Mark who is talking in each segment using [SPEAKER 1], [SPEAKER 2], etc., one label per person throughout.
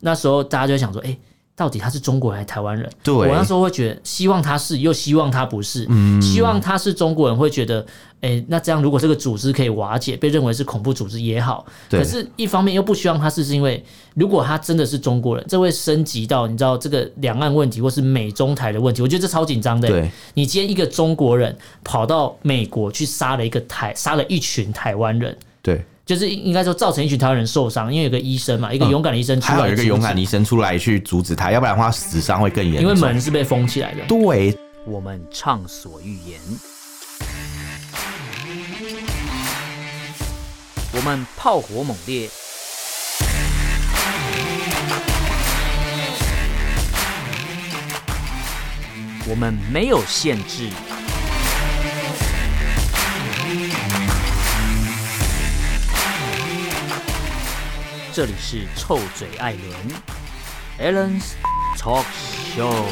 [SPEAKER 1] 那时候大家就会想说，哎、到底他是中国人还是台湾人？
[SPEAKER 2] 对
[SPEAKER 1] 我那时候会觉得，希望他是，又希望他不是。
[SPEAKER 2] 嗯
[SPEAKER 1] 希望他是中国人，会觉得，哎、那这样如果这个组织可以瓦解，被认为是恐怖组织也好，
[SPEAKER 2] 对
[SPEAKER 1] 可是，一方面又不希望他是，是因为如果他真的是中国人，这会升级到你知道这个两岸问题或是美中台的问题，我觉得这超紧张的、
[SPEAKER 2] 对
[SPEAKER 1] 你今天一个中国人跑到美国去杀了一个台，杀了一群台湾人，
[SPEAKER 2] 对，
[SPEAKER 1] 就是应该说造成一群台湾人受伤，因为有个医生嘛，一个
[SPEAKER 2] 嗯
[SPEAKER 1] 勇敢的医生出
[SPEAKER 2] 还
[SPEAKER 1] 来，
[SPEAKER 2] 好有一个勇敢，医生出来去阻止他，要不然的话死伤会更严
[SPEAKER 1] 因为
[SPEAKER 2] 重。
[SPEAKER 1] 门是被封起来的。
[SPEAKER 2] 对，
[SPEAKER 3] 我们畅所欲言；我们炮火猛烈；我们没有限制。这里是臭嘴艾伦 a l l e n s Talk Show。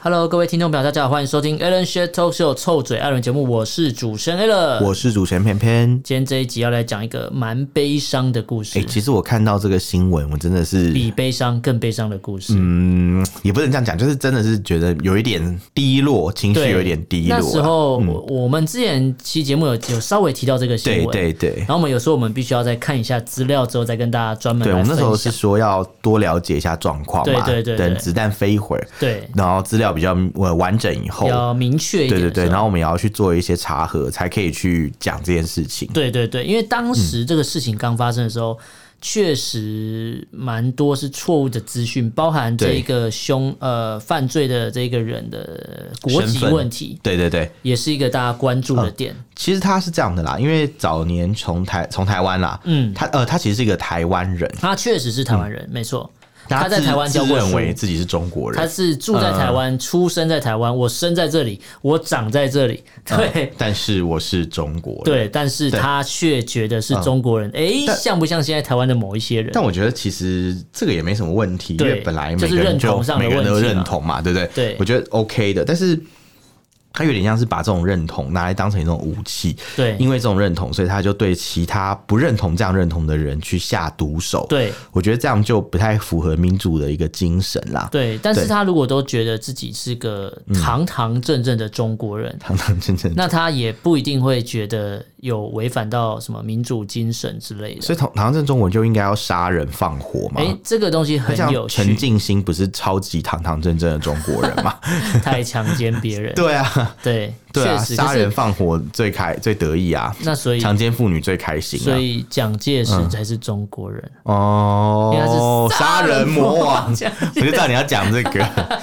[SPEAKER 1] Hello，各位听众朋友，大家好，欢迎收听 Alan s h a t Talk Show 臭嘴艾伦节目，我是主持人 Alan。
[SPEAKER 2] 我是主持人偏偏。
[SPEAKER 1] 今天这一集要来讲一个蛮悲伤的故事，
[SPEAKER 2] 哎、其实我看到这个新闻，我真的是
[SPEAKER 1] 比悲伤更悲伤的故事。
[SPEAKER 2] 嗯，也不能这样讲，就是真的是觉得有一点低落，情绪
[SPEAKER 1] 对，
[SPEAKER 2] 有一点低落啊。
[SPEAKER 1] 那时候、我我们之前期节目有有稍微提到这个新
[SPEAKER 2] 对
[SPEAKER 1] 闻，
[SPEAKER 2] 对对
[SPEAKER 1] 然，后我们有时候我们必须要再看一下资料之后，再跟大家专门
[SPEAKER 2] 对
[SPEAKER 1] 来
[SPEAKER 2] 我们那时候
[SPEAKER 1] 分
[SPEAKER 2] 是
[SPEAKER 1] 享。
[SPEAKER 2] 说要多了解一下状况嘛，
[SPEAKER 1] 对对对对
[SPEAKER 2] 等子弹飞一会儿，
[SPEAKER 1] 对，
[SPEAKER 2] 然后资料比较呃完整以后，
[SPEAKER 1] 要明确一
[SPEAKER 2] 对
[SPEAKER 1] 点。
[SPEAKER 2] 对对，
[SPEAKER 1] 是吧
[SPEAKER 2] 然后我们也要去做一些查核，才可以去讲这件事情。
[SPEAKER 1] 对对对，因为
[SPEAKER 2] 嗯
[SPEAKER 1] 当时这个事情刚发生的时候，确实蛮多是错误的资讯，包含这一个凶呃犯罪的这个人的国
[SPEAKER 2] 身
[SPEAKER 1] 籍
[SPEAKER 2] 份嗯
[SPEAKER 1] 问题，
[SPEAKER 2] 对对对，
[SPEAKER 1] 也是一个大家关注的点。
[SPEAKER 2] 其实他是这样的啦，因为早年从台从台湾啦，
[SPEAKER 1] 嗯
[SPEAKER 2] 他呃他其实是一个台湾人，
[SPEAKER 1] 他确实是台湾人，没错。他在
[SPEAKER 2] 嗯自
[SPEAKER 1] 台湾教
[SPEAKER 2] 自
[SPEAKER 1] 过书
[SPEAKER 2] 认，为嗯自己是中国
[SPEAKER 1] 他
[SPEAKER 2] 人，
[SPEAKER 1] 是住在台湾，出生在台湾，我生在这里，我长在这里， 对。
[SPEAKER 2] 但是我是中国人。
[SPEAKER 1] 对，但是
[SPEAKER 2] 嗯对嗯
[SPEAKER 1] 他却觉得是中国人，诶，像不像现在台湾的某一些人？
[SPEAKER 2] 但我觉得其实这个也没什么问题，因
[SPEAKER 1] 对
[SPEAKER 2] 为本来
[SPEAKER 1] 就
[SPEAKER 2] 每
[SPEAKER 1] 是
[SPEAKER 2] 个人
[SPEAKER 1] 认
[SPEAKER 2] 就
[SPEAKER 1] 同上的
[SPEAKER 2] 每个人都
[SPEAKER 1] 问题嘛
[SPEAKER 2] 认同嘛，对不对？
[SPEAKER 1] 对
[SPEAKER 2] 我觉得 OK 的，但是。他有点像是把这种认同拿来当成一种武器，
[SPEAKER 1] 对
[SPEAKER 2] 因为这种认同，所以他就对其他不认同这样认同的人去下毒手。，
[SPEAKER 1] 对
[SPEAKER 2] 我觉得这样就不太符合民主的一个精神啦。
[SPEAKER 1] 对，但是
[SPEAKER 2] 对
[SPEAKER 1] 他如果都觉得自己是个
[SPEAKER 2] 嗯
[SPEAKER 1] 堂堂正正的中国人，
[SPEAKER 2] 堂堂正正。
[SPEAKER 1] 那他也不一定会觉得有违反到什么民主精神之类的。
[SPEAKER 2] 所以堂堂堂正中文就应该要杀人放火嘛。
[SPEAKER 1] 诶，这个东西
[SPEAKER 2] 那
[SPEAKER 1] 很
[SPEAKER 2] 这
[SPEAKER 1] 有
[SPEAKER 2] 样陈
[SPEAKER 1] 趣，
[SPEAKER 2] 静心不是超级堂堂正正的中国人 嘛？
[SPEAKER 1] 太强奸别人，
[SPEAKER 2] 对啊，
[SPEAKER 1] 对，
[SPEAKER 2] 对
[SPEAKER 1] 确
[SPEAKER 2] 啊，
[SPEAKER 1] 实
[SPEAKER 2] 杀
[SPEAKER 1] 可是
[SPEAKER 2] 人放火最开最得意啊。
[SPEAKER 1] 那所以
[SPEAKER 2] 强奸妇女最开心
[SPEAKER 1] 所
[SPEAKER 2] 啊！
[SPEAKER 1] 以蒋介石才是中国人，因为他
[SPEAKER 2] 哦，
[SPEAKER 1] 是
[SPEAKER 2] 杀人魔 王，
[SPEAKER 1] 啊这样
[SPEAKER 2] 我就知道你要讲这个。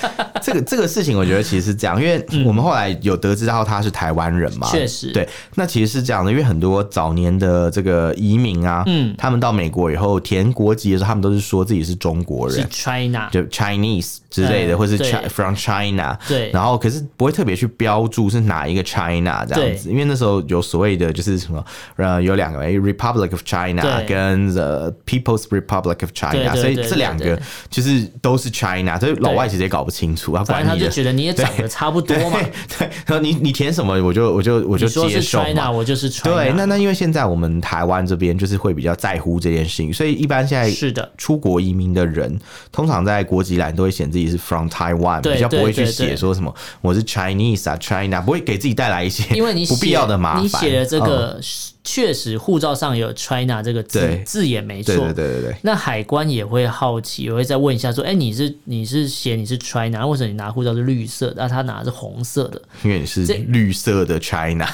[SPEAKER 2] 这个这个事情，我觉得其实是这样，因为我们后来有得知到他是台湾人嘛，
[SPEAKER 1] 嗯确实
[SPEAKER 2] 对。那其实是这样的，因为很多早年的这个移民啊，
[SPEAKER 1] 嗯
[SPEAKER 2] 他们到美国以后填国籍的时候，他们都是说自己是中国
[SPEAKER 1] 是
[SPEAKER 2] 人。
[SPEAKER 1] China，
[SPEAKER 2] 就 Chinese 之类的，
[SPEAKER 1] 嗯
[SPEAKER 2] 或是
[SPEAKER 1] 对
[SPEAKER 2] Chi- from China，
[SPEAKER 1] 对
[SPEAKER 2] 然后可是不会特别去标注是哪一个 China 这样子，因为那时候有所谓的就是什么，呃，有两个诶 Republic of China
[SPEAKER 1] 对
[SPEAKER 2] 跟 The People's Republic
[SPEAKER 1] 对
[SPEAKER 2] of China，
[SPEAKER 1] 对
[SPEAKER 2] 所以
[SPEAKER 1] 对
[SPEAKER 2] 这两
[SPEAKER 1] 对
[SPEAKER 2] 个
[SPEAKER 1] 对
[SPEAKER 2] 就是都是 China，所以老外其实也搞不清楚，他
[SPEAKER 1] 反
[SPEAKER 2] 管
[SPEAKER 1] 正他
[SPEAKER 2] 你
[SPEAKER 1] 就
[SPEAKER 2] 的。
[SPEAKER 1] 觉得你也长得差不多嘛，
[SPEAKER 2] 对对，然后你你填什么，我就我就我就
[SPEAKER 1] 你说
[SPEAKER 2] 接
[SPEAKER 1] 是
[SPEAKER 2] 受
[SPEAKER 1] China，
[SPEAKER 2] 嘛。
[SPEAKER 1] 我就是 China，
[SPEAKER 2] 对，那那因为现在我们台湾这边就是会比较在乎这件事情，所以一般现在
[SPEAKER 1] 是的，
[SPEAKER 2] 出国移民的人，通常在国籍栏都会显自己是 from Taiwan，
[SPEAKER 1] 对
[SPEAKER 2] 比较不会去
[SPEAKER 1] 对对对
[SPEAKER 2] 写说什么我是 Chinese 啊 China，不会给自己带来一些
[SPEAKER 1] 因为你
[SPEAKER 2] 不
[SPEAKER 1] 写
[SPEAKER 2] 必要的麻烦。
[SPEAKER 1] 你写了这
[SPEAKER 2] 嗯，
[SPEAKER 1] 个确实护照上有 China 这个字
[SPEAKER 2] 对
[SPEAKER 1] 字也没
[SPEAKER 2] 对
[SPEAKER 1] 错
[SPEAKER 2] 嗯对，对对对。
[SPEAKER 1] 那海关也会好奇，也会再问一下说，哎，你是你是写你是 China，为什么你拿护照是绿色的，那啊他拿的是红色 的，
[SPEAKER 2] 因为你是绿色 的 China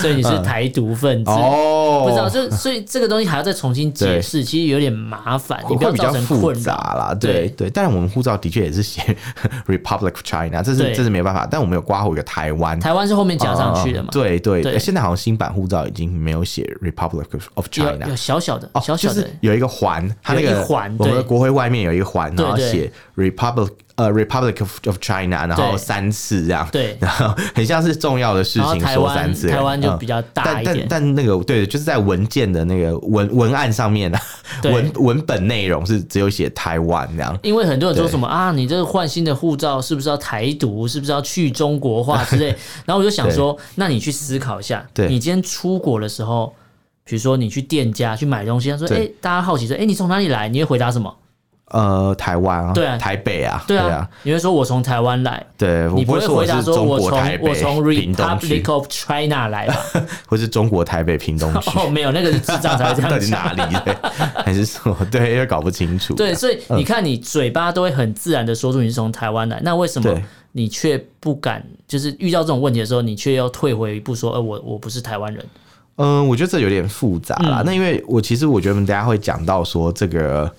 [SPEAKER 1] 所以你是台独分子。
[SPEAKER 2] 哦，
[SPEAKER 1] 不知道， 就所以这个东西还要再重新解释，其实有点麻烦，你不
[SPEAKER 2] 会
[SPEAKER 1] 要
[SPEAKER 2] 比
[SPEAKER 1] 造
[SPEAKER 2] 较
[SPEAKER 1] 成
[SPEAKER 2] 复
[SPEAKER 1] 困
[SPEAKER 2] 杂
[SPEAKER 1] 扰。
[SPEAKER 2] 啦，对
[SPEAKER 1] 对
[SPEAKER 2] 对。但我们护照的确也是写 Republic of China，这是
[SPEAKER 1] 对
[SPEAKER 2] 这是没办法。但我们有刮过一个台湾，
[SPEAKER 1] 台湾是后面加上去的嘛？
[SPEAKER 2] 嗯对对
[SPEAKER 1] 对
[SPEAKER 2] 呃现在好像新版护照已经没有写 Republic of
[SPEAKER 1] 有
[SPEAKER 2] China
[SPEAKER 1] 有。小小的
[SPEAKER 2] 哦，，
[SPEAKER 1] 小小
[SPEAKER 2] 就
[SPEAKER 1] 的
[SPEAKER 2] 是，有一个环，它那
[SPEAKER 1] 有一
[SPEAKER 2] 个
[SPEAKER 1] 环
[SPEAKER 2] 我们的
[SPEAKER 1] 对
[SPEAKER 2] 国徽外面有一个环，然后
[SPEAKER 1] 对对
[SPEAKER 2] 写 Republic 呃 Republic of of China，然后
[SPEAKER 1] 对
[SPEAKER 2] 三次这样，
[SPEAKER 1] 对
[SPEAKER 2] 然后 很像是重要的事
[SPEAKER 1] 然后
[SPEAKER 2] 情
[SPEAKER 1] 台
[SPEAKER 2] 说三
[SPEAKER 1] 湾
[SPEAKER 2] 次，
[SPEAKER 1] 台湾就
[SPEAKER 2] 嗯
[SPEAKER 1] 比较大
[SPEAKER 2] 但
[SPEAKER 1] 一
[SPEAKER 2] 但
[SPEAKER 1] 点，
[SPEAKER 2] 但那个对，就是在文件的那个文文案上面啊，
[SPEAKER 1] 对
[SPEAKER 2] 文文本内容是只有写台湾这样，
[SPEAKER 1] 因为很多人说
[SPEAKER 2] 对
[SPEAKER 1] 什么啊，你这个换新的护照是不是要台独，是不是要去中 国化之类？然后我就想说，那你去思考一下，
[SPEAKER 2] 对
[SPEAKER 1] 你今天出国的时候，比如说你去店家去买东西，他说：“哎、
[SPEAKER 2] 对
[SPEAKER 1] 大家好奇说，哎、你从哪里来？”你会回答什么？
[SPEAKER 2] 呃，台湾啊，
[SPEAKER 1] 对啊
[SPEAKER 2] 台北啊，
[SPEAKER 1] 对
[SPEAKER 2] 对
[SPEAKER 1] 啊，
[SPEAKER 2] 啊，
[SPEAKER 1] 你会说我从台湾来，
[SPEAKER 2] 对，我
[SPEAKER 1] 你不
[SPEAKER 2] 会
[SPEAKER 1] 会
[SPEAKER 2] 说我
[SPEAKER 1] 回
[SPEAKER 2] 是
[SPEAKER 1] 答说
[SPEAKER 2] 中
[SPEAKER 1] 我
[SPEAKER 2] 国
[SPEAKER 1] 从
[SPEAKER 2] 台北
[SPEAKER 1] 我从
[SPEAKER 2] 屏东区
[SPEAKER 1] Republic，of China 来 吧？
[SPEAKER 2] 或是中国台北屏东区，
[SPEAKER 1] 哦，没有，那个是智障才会这
[SPEAKER 2] 到
[SPEAKER 1] 样
[SPEAKER 2] 底
[SPEAKER 1] 讲。
[SPEAKER 2] 哪里的，还是什么？对，因为搞不清楚。
[SPEAKER 1] 对，所以你看，你嘴巴都会很自然的说出你是从台湾来，那为什么
[SPEAKER 2] 对
[SPEAKER 1] 你却不敢？就是遇到这种问题的时候，你却要退回一步说：“呃，我我不是台湾人。
[SPEAKER 2] 嗯，我觉得这有点复杂啦。
[SPEAKER 1] 嗯
[SPEAKER 2] 那因为我其实我觉得我们大家会讲到说这个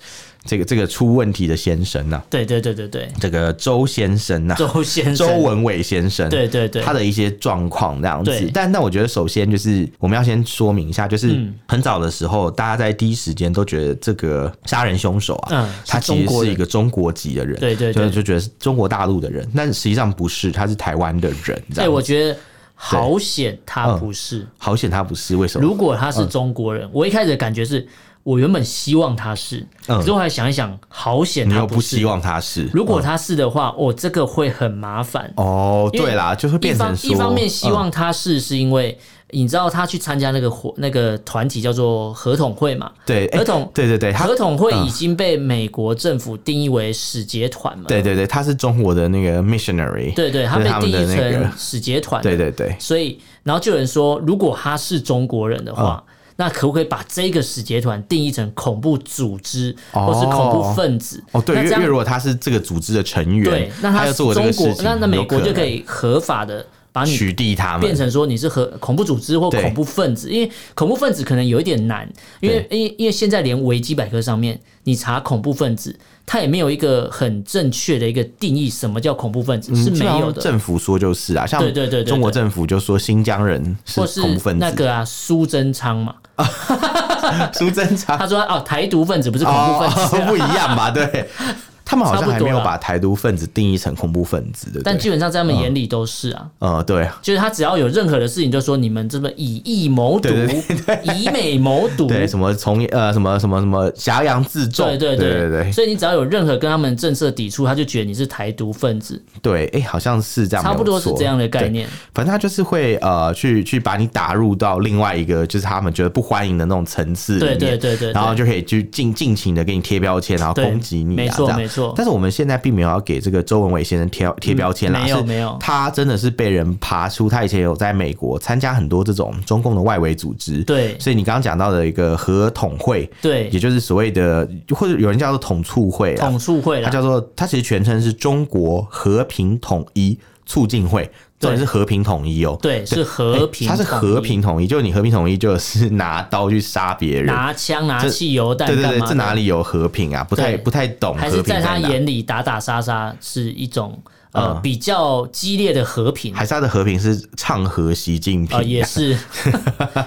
[SPEAKER 2] 这个这个出问题的先生呐、”啊
[SPEAKER 1] 对对对对 对，
[SPEAKER 2] 这个周先生呐、
[SPEAKER 1] 周先生，
[SPEAKER 2] 周文伟先生，
[SPEAKER 1] 对对对
[SPEAKER 2] 他的一些状况这样子
[SPEAKER 1] 对。
[SPEAKER 2] 但但我觉得首先就是我们要先说明一下，
[SPEAKER 1] 嗯
[SPEAKER 2] 就是很早的时候，大家在第一时间都觉得这个杀人凶手啊，
[SPEAKER 1] 嗯
[SPEAKER 2] 他
[SPEAKER 1] 是
[SPEAKER 2] 其
[SPEAKER 1] 中
[SPEAKER 2] 实
[SPEAKER 1] 国
[SPEAKER 2] 是
[SPEAKER 1] 人
[SPEAKER 2] 一个中国籍的人，
[SPEAKER 1] 对对
[SPEAKER 2] 就
[SPEAKER 1] 对
[SPEAKER 2] 就觉得是中国大陆的人，但实际上不是，他是台湾的人。这
[SPEAKER 1] 哎、
[SPEAKER 2] 样
[SPEAKER 1] 我
[SPEAKER 2] 子
[SPEAKER 1] 觉得好险他
[SPEAKER 2] 嗯
[SPEAKER 1] 不是。
[SPEAKER 2] 好险他不是，为什么？
[SPEAKER 1] 如果他
[SPEAKER 2] 嗯
[SPEAKER 1] 是中国人，我一开始的感觉是我原本希望他是，
[SPEAKER 2] 嗯
[SPEAKER 1] 可是我还想一想，好险
[SPEAKER 2] 你
[SPEAKER 1] 他
[SPEAKER 2] 又不
[SPEAKER 1] 是。
[SPEAKER 2] 希望他是，
[SPEAKER 1] 如果
[SPEAKER 2] 嗯
[SPEAKER 1] 他是的话，哦，这个会很麻烦。
[SPEAKER 2] 哦，
[SPEAKER 1] 因为
[SPEAKER 2] 对啦，就会
[SPEAKER 1] 一
[SPEAKER 2] 变
[SPEAKER 1] 方
[SPEAKER 2] 成说
[SPEAKER 1] 一方面希
[SPEAKER 2] 嗯
[SPEAKER 1] 望他是，是因为你知道他去参加那个活那个团体叫做合统会嘛？
[SPEAKER 2] 对哎
[SPEAKER 1] 合同
[SPEAKER 2] 对对对，他
[SPEAKER 1] 合统会
[SPEAKER 2] 嗯
[SPEAKER 1] 已经被美国政府定义为使节团嘛？
[SPEAKER 2] 对对对，他是中国的那个 missionary，
[SPEAKER 1] 对对，他
[SPEAKER 2] 就是
[SPEAKER 1] 被
[SPEAKER 2] 他
[SPEAKER 1] 定
[SPEAKER 2] 们的
[SPEAKER 1] 义
[SPEAKER 2] 那个
[SPEAKER 1] 成，使节团。
[SPEAKER 2] 对对对，
[SPEAKER 1] 所以，然后就有人说，如果他是中国人的话，
[SPEAKER 2] 嗯
[SPEAKER 1] 那可不可以把这个使节团定义成恐怖组织、
[SPEAKER 2] 哦
[SPEAKER 1] 或是恐怖分子？
[SPEAKER 2] 哦，对，
[SPEAKER 1] 那
[SPEAKER 2] 因为
[SPEAKER 1] 这
[SPEAKER 2] 因为如
[SPEAKER 1] 样
[SPEAKER 2] 果他是这个组织的成员，
[SPEAKER 1] 对，那
[SPEAKER 2] 他
[SPEAKER 1] 他
[SPEAKER 2] 要
[SPEAKER 1] 是
[SPEAKER 2] 做这
[SPEAKER 1] 中
[SPEAKER 2] 个事
[SPEAKER 1] 国，
[SPEAKER 2] 情，
[SPEAKER 1] 那那美国
[SPEAKER 2] 有
[SPEAKER 1] 就可
[SPEAKER 2] 能
[SPEAKER 1] 以合法的把你
[SPEAKER 2] 取缔他们，
[SPEAKER 1] 变成说你是和恐怖组织或
[SPEAKER 2] 对
[SPEAKER 1] 恐怖分子，因为恐怖分子可能有一点难，因为因为因为现在连维基百科上面你查恐怖分子，它也没有一个很正确的一个定义，什么叫恐怖分子、
[SPEAKER 2] 嗯
[SPEAKER 1] 是
[SPEAKER 2] 基
[SPEAKER 1] 没
[SPEAKER 2] 本上
[SPEAKER 1] 有的，
[SPEAKER 2] 政府说就是啊，像
[SPEAKER 1] 对对对对
[SPEAKER 2] 中国政府就说新疆人是
[SPEAKER 1] 或是
[SPEAKER 2] 恐怖分
[SPEAKER 1] 那
[SPEAKER 2] 子，
[SPEAKER 1] 个啊苏贞昌嘛，
[SPEAKER 2] 苏贞昌
[SPEAKER 1] 他说哦台独分子不是恐怖分子
[SPEAKER 2] 哦
[SPEAKER 1] 啊、
[SPEAKER 2] 不一样吧？ 对。他们好像还没
[SPEAKER 1] 差不
[SPEAKER 2] 有
[SPEAKER 1] 多啦
[SPEAKER 2] 把台独分子定义成恐怖分子，哦对不
[SPEAKER 1] 但
[SPEAKER 2] 对？
[SPEAKER 1] 基本上在他们眼里都是啊，
[SPEAKER 2] 呃，对，
[SPEAKER 1] 就是他只要有任何的事情，就说你们这么以疫谋独
[SPEAKER 2] 对 对、
[SPEAKER 1] 以美谋独，
[SPEAKER 2] 对，什么从呃什么什么什么挟洋自重，
[SPEAKER 1] 嗯对对
[SPEAKER 2] 对
[SPEAKER 1] 对
[SPEAKER 2] 对
[SPEAKER 1] 所以你只要有任何跟他们政策抵触，他就觉得你是台独分子，
[SPEAKER 2] 对，哎、好像是这样，
[SPEAKER 1] 差不多
[SPEAKER 2] 没有
[SPEAKER 1] 是
[SPEAKER 2] 错
[SPEAKER 1] 这样的概。
[SPEAKER 2] 对
[SPEAKER 1] 念。
[SPEAKER 2] 反正他就是会呃，去去把你打入到另外一个就是他们觉得不欢迎的那种层次里
[SPEAKER 1] 对
[SPEAKER 2] 面，
[SPEAKER 1] 对对对，
[SPEAKER 2] 然后
[SPEAKER 1] 对
[SPEAKER 2] 就可以去尽尽情的给你贴标签，然后
[SPEAKER 1] 对
[SPEAKER 2] 攻击你、啊，
[SPEAKER 1] 没错
[SPEAKER 2] 这样
[SPEAKER 1] 没错嗯
[SPEAKER 2] 但是我们现在并没有要给这个周文伟先生贴贴标签啦，
[SPEAKER 1] 没有
[SPEAKER 2] 是
[SPEAKER 1] 没有
[SPEAKER 2] 他真的是被人爬出，他以前有在美国参加很多这种中共的外围组织，
[SPEAKER 1] 对
[SPEAKER 2] 所以你刚刚讲到的一个合统会，
[SPEAKER 1] 对
[SPEAKER 2] 也就是所谓的或者有人叫做统促会啦，
[SPEAKER 1] 统促会啊
[SPEAKER 2] 它
[SPEAKER 1] 啦，
[SPEAKER 2] 叫做它其实全称是中国和平统一促进会，重点是和平统一哦。
[SPEAKER 1] 对是和平
[SPEAKER 2] 它
[SPEAKER 1] 统一，
[SPEAKER 2] 是和平统一，就是你和平统一就是拿刀去杀别人。
[SPEAKER 1] 拿枪拿
[SPEAKER 2] 这
[SPEAKER 1] 汽油弹
[SPEAKER 2] 对对
[SPEAKER 1] 干
[SPEAKER 2] 对，
[SPEAKER 1] 嘛的？
[SPEAKER 2] 这哪里有和平啊？不太
[SPEAKER 1] 对
[SPEAKER 2] 不太懂
[SPEAKER 1] 还
[SPEAKER 2] 和
[SPEAKER 1] 是
[SPEAKER 2] 平
[SPEAKER 1] 在他
[SPEAKER 2] 哪。
[SPEAKER 1] 眼里打打杀杀是一种呃
[SPEAKER 2] 嗯
[SPEAKER 1] 比较激烈的和平。
[SPEAKER 2] 还是他的和平是唱和习近平、嗯
[SPEAKER 1] 啊、也是，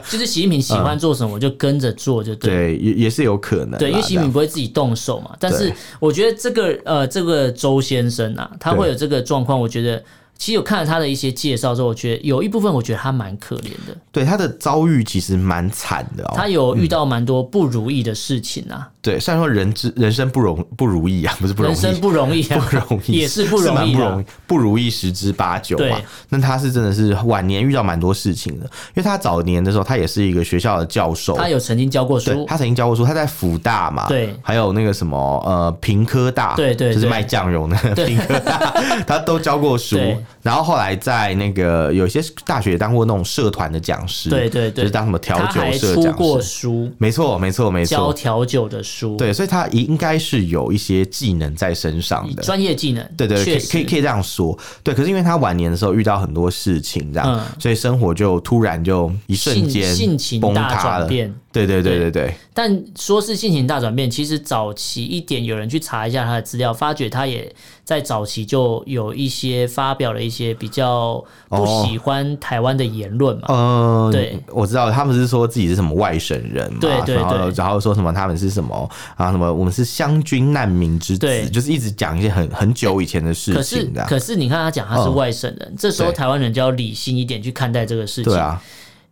[SPEAKER 1] 就是习近平喜欢做什么，我就跟着做，就对了。
[SPEAKER 2] 对，也也是有可能啦。啊
[SPEAKER 1] 对，因为习近
[SPEAKER 2] 这
[SPEAKER 1] 平
[SPEAKER 2] 样
[SPEAKER 1] 不会自己动手嘛。但
[SPEAKER 2] 对
[SPEAKER 1] 是我觉得这个呃，这个周先生啊，他
[SPEAKER 2] 对
[SPEAKER 1] 会有这个状况，我觉得。其实我看了他的一些介绍之后，我觉得有一部分我觉得他蛮可怜的，
[SPEAKER 2] 对他的遭遇其实蛮惨的哦。
[SPEAKER 1] 他有遇到蛮多不如意的事情啊，
[SPEAKER 2] 对，虽然说人之人生不容不如意啊，不是不容
[SPEAKER 1] 人
[SPEAKER 2] 易，
[SPEAKER 1] 生不容易、啊，
[SPEAKER 2] 不容易，
[SPEAKER 1] 也是不容
[SPEAKER 2] 蛮
[SPEAKER 1] 易啊
[SPEAKER 2] 不
[SPEAKER 1] 的、
[SPEAKER 2] 容易，不如意十之八九嘛
[SPEAKER 1] 对。
[SPEAKER 2] 那他是真的是晚年遇到蛮多事情的，因为他早年的时候，他也是一个学校的教授。
[SPEAKER 1] 他有曾经教过
[SPEAKER 2] 对，
[SPEAKER 1] 书，
[SPEAKER 2] 他曾经教过书，他在福大嘛，
[SPEAKER 1] 对
[SPEAKER 2] 还有那个什么呃平科大，
[SPEAKER 1] 对对
[SPEAKER 2] 就是
[SPEAKER 1] 对
[SPEAKER 2] 卖酱油的 平科大，他都教过书
[SPEAKER 1] 对。
[SPEAKER 2] 然后后来在那个有些大学也当过那种社团的讲师，
[SPEAKER 1] 对对对
[SPEAKER 2] 就是当什么调
[SPEAKER 1] 他
[SPEAKER 2] 酒
[SPEAKER 1] 还
[SPEAKER 2] 社
[SPEAKER 1] 出过
[SPEAKER 2] 讲师，
[SPEAKER 1] 书，
[SPEAKER 2] 没错没错没
[SPEAKER 1] 教
[SPEAKER 2] 错，
[SPEAKER 1] 调酒的书，
[SPEAKER 2] 对，所以他应该是有一些技能在身上的，
[SPEAKER 1] 专业技能，
[SPEAKER 2] 对对，可
[SPEAKER 1] 确
[SPEAKER 2] 以
[SPEAKER 1] 实
[SPEAKER 2] 可以可以这样说，对。可是因为他晚年的时候遇到很多事情，这样，
[SPEAKER 1] 嗯
[SPEAKER 2] 所以生活就突然就一瞬
[SPEAKER 1] 性
[SPEAKER 2] 间
[SPEAKER 1] 性情
[SPEAKER 2] 崩
[SPEAKER 1] 大
[SPEAKER 2] 塌
[SPEAKER 1] 转
[SPEAKER 2] 了。
[SPEAKER 1] 变，
[SPEAKER 2] 对对对对对
[SPEAKER 1] 但说是性情大转变，其实早期一点有人去查一下他的资料，发觉他也在早期就有一些发表了一些比较不喜欢台湾的言论嘛。
[SPEAKER 2] 嗯，
[SPEAKER 1] 对
[SPEAKER 2] 我知道他们是说自己是什么外省人嘛，
[SPEAKER 1] 对对
[SPEAKER 2] 然后
[SPEAKER 1] 对
[SPEAKER 2] 然后说什么他们是什么啊什么我们是湘军难民之子
[SPEAKER 1] 对，
[SPEAKER 2] 就是一直讲一些很很久以前的事
[SPEAKER 1] 可是
[SPEAKER 2] 情这样，
[SPEAKER 1] 可是你看他讲他是
[SPEAKER 2] 嗯
[SPEAKER 1] 外省人，这时候
[SPEAKER 2] 对
[SPEAKER 1] 台湾人就要理性一点去看待这个事情。
[SPEAKER 2] 对啊，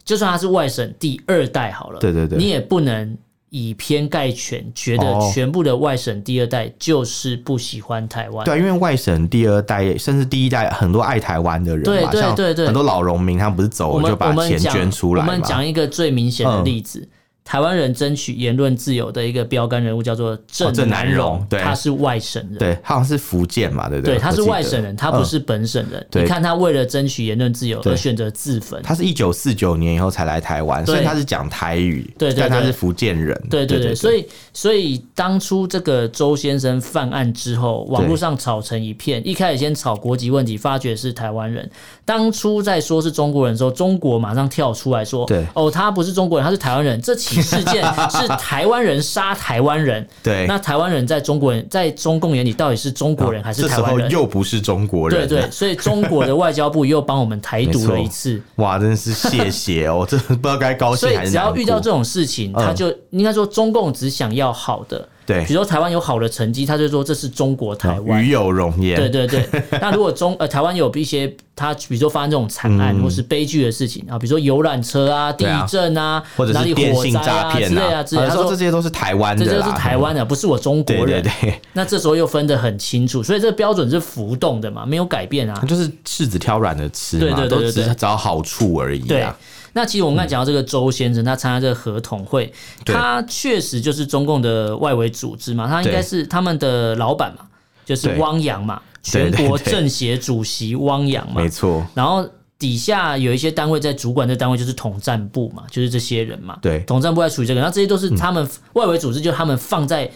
[SPEAKER 1] 就算他是外省第二代好了，
[SPEAKER 2] 对对对
[SPEAKER 1] 你也不能。以偏概全，觉得
[SPEAKER 2] 哦
[SPEAKER 1] 全部的外省第二代就是不喜欢台湾。
[SPEAKER 2] 对啊，因为外省第二代甚至第一代很多爱台湾的人
[SPEAKER 1] 对
[SPEAKER 2] 嘛，
[SPEAKER 1] 对
[SPEAKER 2] 像
[SPEAKER 1] 对对
[SPEAKER 2] 很多老农民他们不是走
[SPEAKER 1] 我
[SPEAKER 2] 了
[SPEAKER 1] 们
[SPEAKER 2] 就把
[SPEAKER 1] 我们
[SPEAKER 2] 钱
[SPEAKER 1] 讲
[SPEAKER 2] 捐出来
[SPEAKER 1] 我
[SPEAKER 2] 嘛，嗯
[SPEAKER 1] 们讲一个最明显的例子，台湾人争取言论自由的一个标杆人物，叫做郑
[SPEAKER 2] 哦郑南
[SPEAKER 1] 南
[SPEAKER 2] 榕对
[SPEAKER 1] 他是外省人。
[SPEAKER 2] 对，他好像是福建嘛，对不
[SPEAKER 1] 对，
[SPEAKER 2] 对，
[SPEAKER 1] 他是
[SPEAKER 2] 我记得
[SPEAKER 1] 外省人，他不是本省人。
[SPEAKER 2] 嗯对
[SPEAKER 1] 你看他为了争取言论自由
[SPEAKER 2] 对
[SPEAKER 1] 而选择自焚。
[SPEAKER 2] 他是一九四九年以后才来台湾，
[SPEAKER 1] 对
[SPEAKER 2] 所以他是讲台语，
[SPEAKER 1] 对对对
[SPEAKER 2] 但他是福建人，
[SPEAKER 1] 对对
[SPEAKER 2] 对
[SPEAKER 1] 对，所以所以当初这个周先生犯案之后，网络上吵成一片。一开始先吵国籍问题，发觉是台湾人。当初在说是中国人的时候，中国马上跳出来说
[SPEAKER 2] 对：“
[SPEAKER 1] 哦，他不是中国人，他是台湾人。这起事 件是台湾人杀台湾人。”
[SPEAKER 2] 对
[SPEAKER 1] 那台湾人在中国人在中共眼里到底是中 国人还是
[SPEAKER 2] 这
[SPEAKER 1] 台
[SPEAKER 2] 时
[SPEAKER 1] 湾
[SPEAKER 2] 候
[SPEAKER 1] 人？
[SPEAKER 2] 又不是中国
[SPEAKER 1] 对
[SPEAKER 2] 人，
[SPEAKER 1] 对，所以中国的外交部又帮我们台独了一次。
[SPEAKER 2] 哇，真是谢谢哦， 真的不知道该高
[SPEAKER 1] 所
[SPEAKER 2] 兴
[SPEAKER 1] 以
[SPEAKER 2] 还是
[SPEAKER 1] 只要遇到这
[SPEAKER 2] 种
[SPEAKER 1] 种事情，
[SPEAKER 2] 嗯
[SPEAKER 1] 他就应该说中共只想要好的，
[SPEAKER 2] 对
[SPEAKER 1] 比如说台湾有好的成绩，他就说这是中国台湾
[SPEAKER 2] 与。有容颜，
[SPEAKER 1] 对对对， 那如果中呃台湾有一些他比如说发生这种惨案或是悲剧的事情啊，比如说游览车啊、地
[SPEAKER 2] 嗯对啊
[SPEAKER 1] 震啊，
[SPEAKER 2] 或者
[SPEAKER 1] 哪里
[SPEAKER 2] 是电
[SPEAKER 1] 火
[SPEAKER 2] 信
[SPEAKER 1] 灾
[SPEAKER 2] 诈骗
[SPEAKER 1] 之类啊之类的，他
[SPEAKER 2] 他说
[SPEAKER 1] 说
[SPEAKER 2] 这些都是台湾
[SPEAKER 1] 这
[SPEAKER 2] 的
[SPEAKER 1] 就是
[SPEAKER 2] 啦，
[SPEAKER 1] 台湾啊的，不是我中国
[SPEAKER 2] 对对
[SPEAKER 1] 人。
[SPEAKER 2] 对，
[SPEAKER 1] 那这时候又分得很清楚，所以这个标准是浮动的嘛，没有改变啊
[SPEAKER 2] 他。就是柿子挑软的吃
[SPEAKER 1] 对
[SPEAKER 2] 嘛，
[SPEAKER 1] 对对
[SPEAKER 2] 都
[SPEAKER 1] 对
[SPEAKER 2] 只是
[SPEAKER 1] 对
[SPEAKER 2] 找好处而已
[SPEAKER 1] 对
[SPEAKER 2] 啊，，
[SPEAKER 1] 那其实我们刚才讲到这个周先生，他参加这个合同会，
[SPEAKER 2] 对
[SPEAKER 1] 他确实就是中共的外围组织嘛，他应该
[SPEAKER 2] 对
[SPEAKER 1] 是他们的老板嘛，就是
[SPEAKER 2] 对
[SPEAKER 1] 汪洋嘛，
[SPEAKER 2] 对
[SPEAKER 1] 全
[SPEAKER 2] 对
[SPEAKER 1] 国
[SPEAKER 2] 对
[SPEAKER 1] 政协主席汪洋嘛
[SPEAKER 2] 没，错，
[SPEAKER 1] 然后。底下有一些单位在主管，这单位就是统战部嘛，就是这些人嘛。
[SPEAKER 2] 对嗯
[SPEAKER 1] 统战部在处理这个，那这些都是他们外围组织，就是他们放在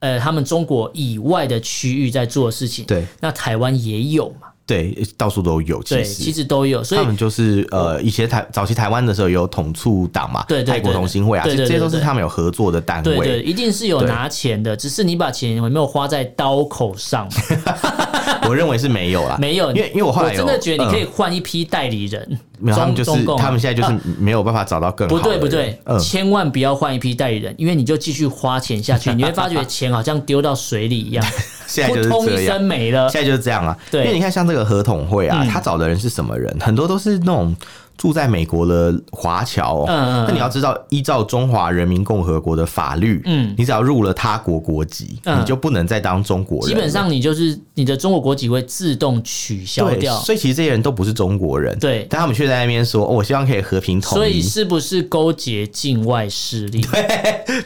[SPEAKER 1] 呃他们中国以外的区域在做的事情。
[SPEAKER 2] 对，
[SPEAKER 1] 那台湾也有嘛，
[SPEAKER 2] 对，到处都有，
[SPEAKER 1] 对，
[SPEAKER 2] 其
[SPEAKER 1] 其
[SPEAKER 2] 实。
[SPEAKER 1] 实都有，所以
[SPEAKER 2] 他们就是呃，以前台早期台湾的时候有统促党嘛，
[SPEAKER 1] 对对对
[SPEAKER 2] 泰国同心会啊，
[SPEAKER 1] 对
[SPEAKER 2] 这
[SPEAKER 1] 对对
[SPEAKER 2] 这些都是
[SPEAKER 1] 对
[SPEAKER 2] 他们有合作的单
[SPEAKER 1] 对对，
[SPEAKER 2] 位。
[SPEAKER 1] 一定是有
[SPEAKER 2] 对
[SPEAKER 1] 拿钱的，只是你把钱有没有花在刀口上嘛？
[SPEAKER 2] 我认为是没有啦，
[SPEAKER 1] 没有，
[SPEAKER 2] 因为因为我后来有
[SPEAKER 1] 真的觉得你可以
[SPEAKER 2] 嗯
[SPEAKER 1] 换一批代理人，
[SPEAKER 2] 没有他们
[SPEAKER 1] 中
[SPEAKER 2] 就是
[SPEAKER 1] 中共啊
[SPEAKER 2] 他们现在就是没有办法找到更好
[SPEAKER 1] 不
[SPEAKER 2] 的
[SPEAKER 1] 对
[SPEAKER 2] 人
[SPEAKER 1] 不对，
[SPEAKER 2] 嗯，
[SPEAKER 1] 千万不要换一批代理人，因为你就继续花钱下去，你会发觉钱好像丢到水里一样，
[SPEAKER 2] 现在
[SPEAKER 1] 扑
[SPEAKER 2] 就是
[SPEAKER 1] 通
[SPEAKER 2] 这
[SPEAKER 1] 一
[SPEAKER 2] 样
[SPEAKER 1] 声。没了。
[SPEAKER 2] 现在就是这样啊，
[SPEAKER 1] 对嗯
[SPEAKER 2] 因为你看像这个合统会啊，他找的人是什么人？很多都是那种住在美国的华侨、哦。
[SPEAKER 1] 嗯嗯嗯
[SPEAKER 2] 那你要知道，依照中华人民共和国的法律，
[SPEAKER 1] 嗯
[SPEAKER 2] 你只要入了他国国籍，
[SPEAKER 1] 嗯
[SPEAKER 2] 你就不能再当中国人了。
[SPEAKER 1] 基本上你就是你的中国国籍会自动取消
[SPEAKER 2] 对，
[SPEAKER 1] 掉，
[SPEAKER 2] 所以其实这些人都不是中国人，
[SPEAKER 1] 对
[SPEAKER 2] 但他们却在那边说、哦我希望可以和平统
[SPEAKER 1] 所以
[SPEAKER 2] 一，
[SPEAKER 1] 是不是勾结境外势力？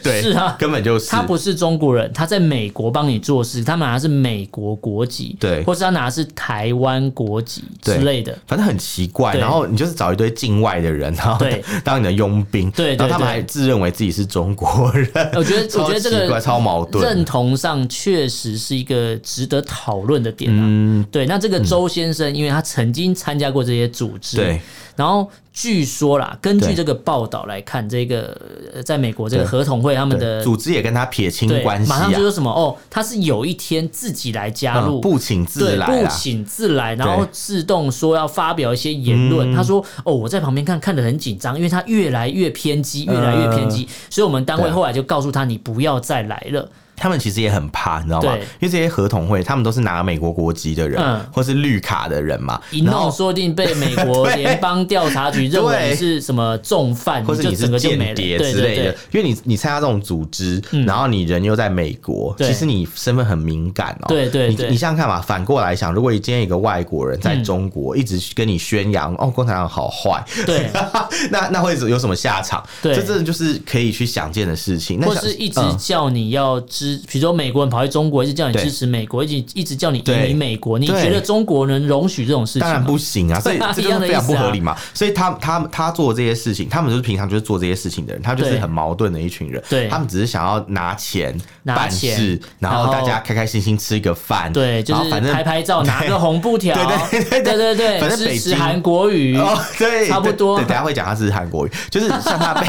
[SPEAKER 2] 对，
[SPEAKER 1] 是啊
[SPEAKER 2] 根本就是
[SPEAKER 1] 他不是中国人，他在美国帮你做事，他拿的是美国国籍，
[SPEAKER 2] 对
[SPEAKER 1] 或是他拿的是台湾国籍之
[SPEAKER 2] 对
[SPEAKER 1] 类的。
[SPEAKER 2] 反正很奇怪，
[SPEAKER 1] 对
[SPEAKER 2] 然后你就是找一堆境外的人，然后
[SPEAKER 1] 对
[SPEAKER 2] 当你的佣兵，
[SPEAKER 1] 对对
[SPEAKER 2] 然后他们
[SPEAKER 1] 对
[SPEAKER 2] 还自认为自己是中国人，
[SPEAKER 1] 我觉得，我
[SPEAKER 2] 超
[SPEAKER 1] 觉得
[SPEAKER 2] 奇
[SPEAKER 1] 这
[SPEAKER 2] 怪，
[SPEAKER 1] 个
[SPEAKER 2] 超矛
[SPEAKER 1] 认
[SPEAKER 2] 盾。
[SPEAKER 1] 同上确实是一个值得讨论的点啊。
[SPEAKER 2] 嗯
[SPEAKER 1] 对，那这个周先生，因为他曾经参加过这些组织，
[SPEAKER 2] 对，
[SPEAKER 1] 然后据说啦，根据
[SPEAKER 2] 对
[SPEAKER 1] 这个报道来看，这个呃在美国这个
[SPEAKER 2] 对
[SPEAKER 1] 合同会他们的
[SPEAKER 2] 组织也跟他撇清
[SPEAKER 1] 对，
[SPEAKER 2] 关系
[SPEAKER 1] 马
[SPEAKER 2] 啊
[SPEAKER 1] 上就，说什么哦，他是有一天自己来加入，
[SPEAKER 2] 嗯不请自来
[SPEAKER 1] 对，
[SPEAKER 2] 啦
[SPEAKER 1] 不。请自来，然后自动说要发表一些言论。
[SPEAKER 2] 嗯
[SPEAKER 1] 他说：“哦，我在旁边看，看得很紧张，因为他越来越偏激，越来越偏激。所以我们单位
[SPEAKER 2] 嗯对
[SPEAKER 1] 后来就告诉他，你不要再来了。
[SPEAKER 2] 他们其实也很怕，你知道吗？
[SPEAKER 1] 对
[SPEAKER 2] 因为这些合同会，他们都是拿美国国籍的人，
[SPEAKER 1] 嗯
[SPEAKER 2] 或是绿卡的人嘛，
[SPEAKER 1] 一
[SPEAKER 2] 然
[SPEAKER 1] 弄，
[SPEAKER 2] 后
[SPEAKER 1] 说不定被美国
[SPEAKER 2] 对
[SPEAKER 1] 联邦调查局认为你是什么重犯，
[SPEAKER 2] 或
[SPEAKER 1] 你
[SPEAKER 2] 是
[SPEAKER 1] 就
[SPEAKER 2] 你
[SPEAKER 1] 整
[SPEAKER 2] 是
[SPEAKER 1] 个就
[SPEAKER 2] 间
[SPEAKER 1] 没了。
[SPEAKER 2] 谍
[SPEAKER 1] 对
[SPEAKER 2] 之
[SPEAKER 1] 对
[SPEAKER 2] 类
[SPEAKER 1] 对，。
[SPEAKER 2] 的
[SPEAKER 1] 嗯
[SPEAKER 2] 因为你你参加这种组织，然后你人又在美国，
[SPEAKER 1] 对
[SPEAKER 2] 其实你身份很敏感哦。
[SPEAKER 1] 对对
[SPEAKER 2] 你
[SPEAKER 1] 对嗯
[SPEAKER 2] 你想想看嘛，反过来想，如果今天有一个外国人在中国一直跟你宣扬哦共产党好坏，
[SPEAKER 1] 对
[SPEAKER 2] 那那会有什么下场？
[SPEAKER 1] 对
[SPEAKER 2] 这真的就是可以去想见的事情。那
[SPEAKER 1] 或
[SPEAKER 2] 想
[SPEAKER 1] 是一直
[SPEAKER 2] 嗯
[SPEAKER 1] 叫你要支，比如说美国人跑去中国，一直叫你
[SPEAKER 2] 对
[SPEAKER 1] 支持美国，一直一直叫你移
[SPEAKER 2] 对
[SPEAKER 1] 民美国，你
[SPEAKER 2] 对
[SPEAKER 1] 觉得中国能容许这种事情
[SPEAKER 2] 当然
[SPEAKER 1] 吗？
[SPEAKER 2] 不行 啊，所以
[SPEAKER 1] 对啊
[SPEAKER 2] 这
[SPEAKER 1] 一
[SPEAKER 2] 就是
[SPEAKER 1] 样的
[SPEAKER 2] 非常
[SPEAKER 1] 意
[SPEAKER 2] 不
[SPEAKER 1] 思啊
[SPEAKER 2] 合理嘛。所以他他他做这些事情，他们就是平常就是做这些事情的人，他就是
[SPEAKER 1] 对
[SPEAKER 2] 很矛盾的一群人。
[SPEAKER 1] 对
[SPEAKER 2] 他们只是想要拿钱
[SPEAKER 1] 拿
[SPEAKER 2] 办
[SPEAKER 1] 钱
[SPEAKER 2] 事，然
[SPEAKER 1] 然
[SPEAKER 2] 后
[SPEAKER 1] 后
[SPEAKER 2] 大家开开心心吃个饭，
[SPEAKER 1] 对，就
[SPEAKER 2] 然
[SPEAKER 1] 是
[SPEAKER 2] 后反正
[SPEAKER 1] 拍拍照，拿个红布条，
[SPEAKER 2] 对对对
[SPEAKER 1] 对
[SPEAKER 2] 对
[SPEAKER 1] 对
[SPEAKER 2] 反正北
[SPEAKER 1] 支持
[SPEAKER 2] 京
[SPEAKER 1] 韩国语，
[SPEAKER 2] 哦，对，
[SPEAKER 1] 差不
[SPEAKER 2] 对
[SPEAKER 1] 多
[SPEAKER 2] 对，等一下会讲他是韩国语，就是 像他被，